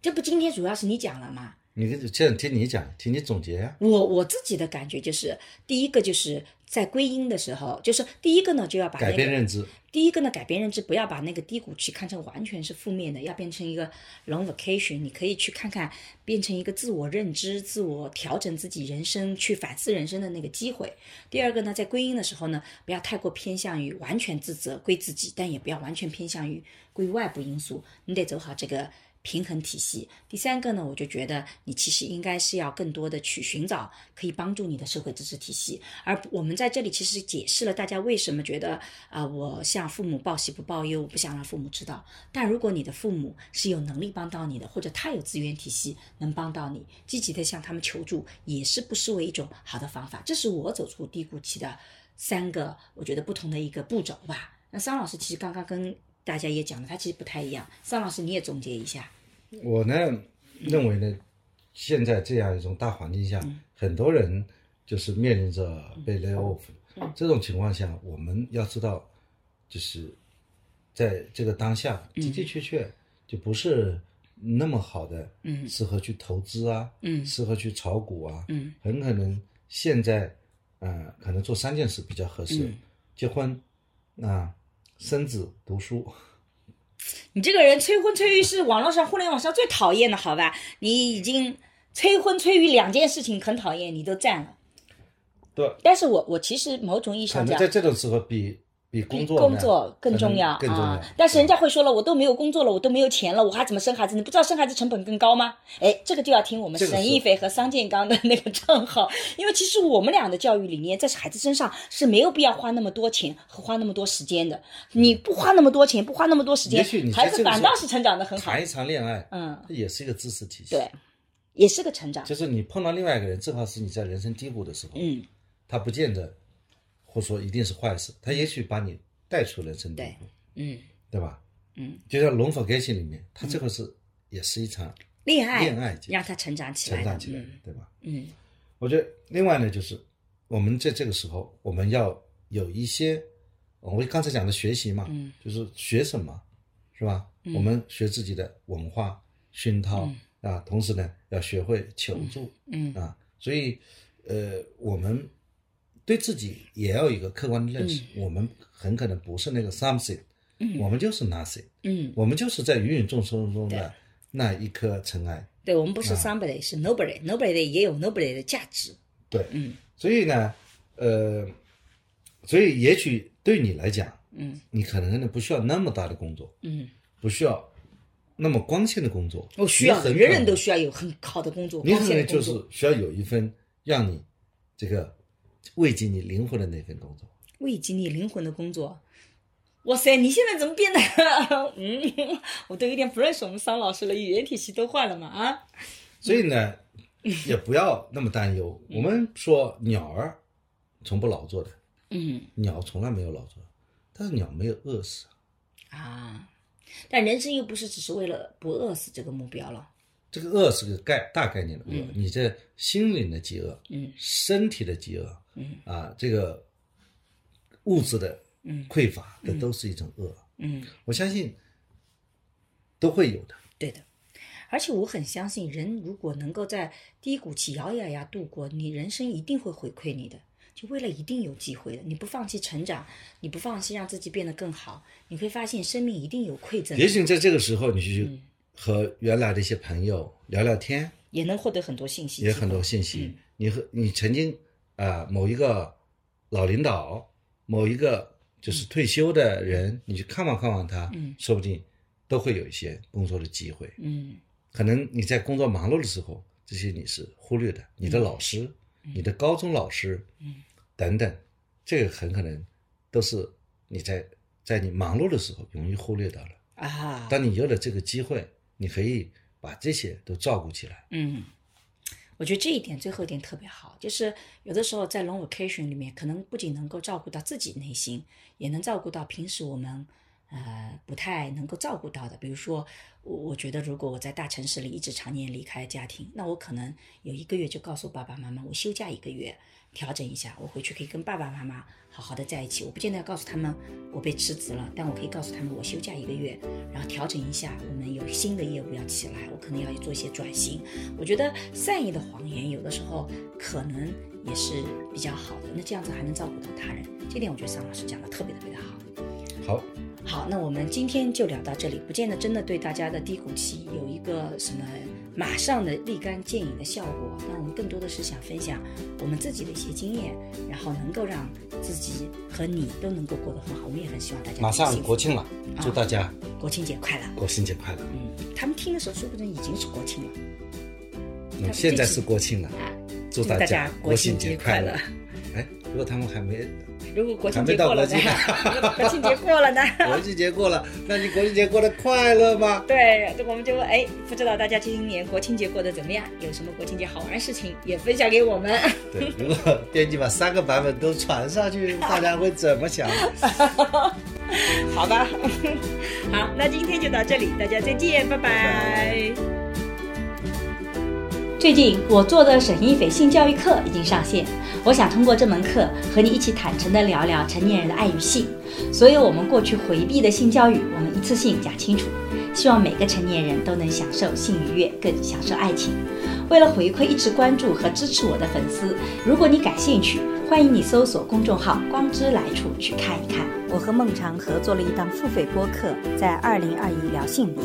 S3: 这不今天主要是你讲了吗？
S2: 你跟这样听你讲，听你总结啊呀、
S3: 我我自己的感觉就是，第一个就是在归因的时候，就是第一个呢就要把、那个、
S2: 改变认知。
S3: 第一个呢，改变认知，不要把那个低谷期看成完全是负面的，要变成一个 long vacation。你可以去看看，变成一个自我认知、自我调整自己人生、去反思人生的那个机会。第二个呢，在归因的时候呢，不要太过偏向于完全自责归自己，但也不要完全偏向于归外部因素，你得走好这个平衡体系。第三个呢，我就觉得你其实应该是要更多的去寻找可以帮助你的社会支持体系，而我们在这里其实解释了大家为什么觉得啊、我向父母报喜不报忧，我不想让父母知道。但如果你的父母是有能力帮到你的，或者他有资源体系能帮到你，积极的向他们求助也是不失为一种好的方法。这是我走出低谷期的三个，我觉得不同的一个步骤吧。那桑老师其实刚刚跟大家也讲了，他其实不太一样。桑老师你也总结一下，嗯
S2: 我呢认为呢，现在这样一种大环境下，很多人就是面临着被 lay off
S3: 嗯
S2: 这种情况下，我们要知道，就是在这个当下，
S3: 嗯
S2: 的的确确就不是那么好的，
S3: 嗯
S2: 适合去投资啊，
S3: 嗯
S2: 适合去炒股啊，
S3: 嗯
S2: 很可能现在，呃，可能做三件事比较合适：
S3: 嗯
S2: 结婚，啊、生子、读书。
S3: 你这个人催婚催育是网络上互联网上最讨厌的，好吧？你已经催婚催育两件事情很讨厌，你都占了。
S2: 对，
S3: 但是我我其实某种意义
S2: 可
S3: 上
S2: 能
S3: 讲
S2: 在，这种时候比比工作
S3: 工
S2: 呢
S3: 作更
S2: 可能
S3: 重要
S2: 更重要
S3: 啊。但是
S2: 对
S3: 人家会说了，我都没有工作了，我都没有钱了，我还怎么生孩子？你不知道生孩子成本更高吗？哎，这个就要听我们
S2: 这个
S3: 沈
S2: 是
S3: 亦菲和桑建刚的那个账号，因为其实我们俩的教育理念在孩子身上是没有必要花那么多钱和花那么多时间的。你不花那么多钱，不花那么多时间
S2: 也许你，在
S3: 孩
S2: 这
S3: 子
S2: 个
S3: 反
S2: 时
S3: 倒
S2: 候
S3: 是成长的很好
S2: 谈。一场恋爱，
S3: 嗯，
S2: 这也是一个知识体系。
S3: 对，，也是个成长。
S2: 就是你碰到另外一个人，正好是你在人生低谷的时候，
S3: 嗯，
S2: 他不见得，或说一定是坏事，他也许把你带出人生低
S3: 对
S2: 谷，
S3: 嗯
S2: 对吧？
S3: 嗯，
S2: 就像《龙 forget》里面，他这个是也是一场
S3: 恋爱
S2: 恋爱
S3: 让他成长起来
S2: 成
S3: 的，
S2: 长起来的，对吧？
S3: 嗯
S2: 我觉得另外呢，就是我们在这个时候，我们要有一些，我们刚才讲的学习嘛，
S3: 嗯
S2: 就是学什么，是吧？
S3: 嗯
S2: 我们学自己的文化熏陶、啊，同时呢，要学会求助、
S3: 嗯嗯
S2: 啊，所以，呃，我们对自己也要有一个客观的认识，我们很可能不是那个 something，、
S3: 嗯
S2: 我们就是 nothing，
S3: 嗯，
S2: 我们就是在芸芸众生中
S3: 对
S2: 的那一颗尘埃，
S3: 对我们不是
S2: 啊
S3: somebody，、是 nobody，nobody 也有 nobody 的价值。
S2: 对，
S3: 嗯
S2: 所以呢，呃，所以也许对你来讲，
S3: 嗯
S2: 你可能不需要那么大的工作，
S3: 嗯，
S2: 不需要那么光鲜的工作。
S3: 我哦需要
S2: 你
S3: 的，
S2: 很可能
S3: 人人都需要有很好的工作，
S2: 你
S3: 光
S2: 可
S3: 鲜
S2: 能
S3: 的工
S2: 就
S3: 作，
S2: 是需要有一份让你这个慰藉你灵魂的那份工作。
S3: 慰藉你灵魂的工作。哇塞，你现在怎么变得？ 嗯，我都有点不认识我们桑老师了，语言体系都换了嘛啊？
S2: 所以呢，
S3: 嗯
S2: 也不要那么担忧。 我们说鸟儿从不劳作的，
S3: 嗯
S2: 鸟从来没有劳作，但是鸟没有饿死。
S3: 啊，但人生又不是只是为了不饿死这个目标了。
S2: 这个饿是个概大概念的饿，你这心灵的饥饿，
S3: 嗯
S2: 身体的饥饿，
S3: 嗯
S2: 啊，这个物质的
S3: 嗯
S2: 匮乏，这都是一种饿。
S3: 嗯。
S2: 我相信都会有的。
S3: 对的，而且我很相信，人如果能够在低谷期咬咬牙度过，你人生一定会回馈你的。就未来一定有机会的，你不放弃成长，你不放弃让自己变得更好，你会发现生命一定有馈赠，
S2: 也许在这个时候，你去
S3: 嗯
S2: 和原来的一些朋友聊聊天，
S3: 也能获得很多信息，
S2: 也很多信
S3: 嗯
S2: 息。你和你曾经啊、某一个老领导，某一个就是退休的人，你去看望看望他，
S3: 嗯
S2: 说不定都会有一些工作的机会。
S3: 嗯
S2: 可能你在工作忙碌的时候，这些你是忽略的，你的老师、你的高中老师，
S3: 嗯
S2: 等等，这个很可能都是你在在你忙碌的时候容易忽略到了。
S3: 啊，
S2: 当你有了这个机会，你可以把这些都照顾起来。
S3: 嗯，我觉得这一点最后一点特别好，就是有的时候在 long vacation 里面，可能不仅能够照顾到自己内心，也能照顾到平时我们呃不太能够照顾到的。比如说，我我觉得如果我在大城市里一直常年离开家庭，那我可能有一个月就告诉爸爸妈妈，我休假一个月，调整一下，我回去可以跟爸爸妈妈好好的在一起。我不见得要告诉他们我被辞职了，但我可以告诉他们我休假一个月，然后调整一下，我们有新的业务要起来，我可能要做一些转型。我觉得善意的谎言有的时候可能也是比较好的，那这样子还能照顾到他人，这点我觉得桑老师讲的特别特别的好。
S2: 好，
S3: 好，那我们今天就聊到这里，不见得真的对大家的低谷期有一个什么马上的立竿见影的效果。那我们更多的是想分享我们自己的一些经验，然后能够让自己和你都能够过得很好。我们也很希望大家
S2: 马上
S3: 幸福
S2: 国庆了，祝大家
S3: 国庆节快乐。
S2: 国庆节快乐。
S3: 嗯，他们听的时候说不定已经是国庆了
S2: 嗯，现在是国庆了，
S3: 啊！
S2: 祝大
S3: 大家
S2: 国庆
S3: 节
S2: 节快
S3: 乐
S2: 乐。。哎，如果他们还没
S3: 如果国庆
S2: 还
S3: 节
S2: 没到
S3: 过了呢
S2: 国庆？
S3: 如果国庆节过了呢？
S2: 国庆节过了，那你国庆节过得快乐吗？
S3: 对，我们就问，哎，不知道大家今年国庆节过得怎么样？有什么国庆节好玩的事情也分享给我们。
S2: 对，如果编辑把三个版本都传上 去，大家会怎么想？
S3: 好吧，好，那今天就到这里，大家再见，拜拜
S1: 最近我做的沈一斐性教育课已经上线，我想通过这门课和你一起坦诚地聊聊成年人的爱与性，所有我们过去回避的性教育，我们一次性讲清楚。希望每个成年人都能享受性愉悦，更享受爱情。为了回馈一直关注和支持我的粉丝，如果你感兴趣，欢迎你搜索公众号“光之来处”去看一看。
S3: 我和孟常合作了一档付费播客，在二零二一聊性别，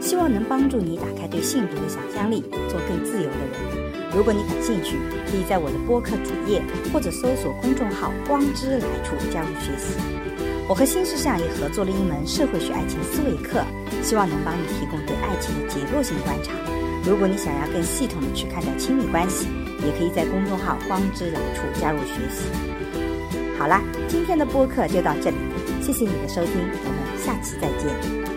S3: 希望能帮助你打开对性别的想象力，做更自由的人。如果你感兴趣，可以在我的播客主页或者搜索公众号“光之来处”加入学习。我和新世相也合作了一门社会学爱情思维课，希望能帮你提供对爱情的结构性观察。如果你想要更系统的去看待亲密关系，也可以在公众号“光之来处”加入学习。好啦，今天的播客就到这里，谢谢你的收听，我们下期再见。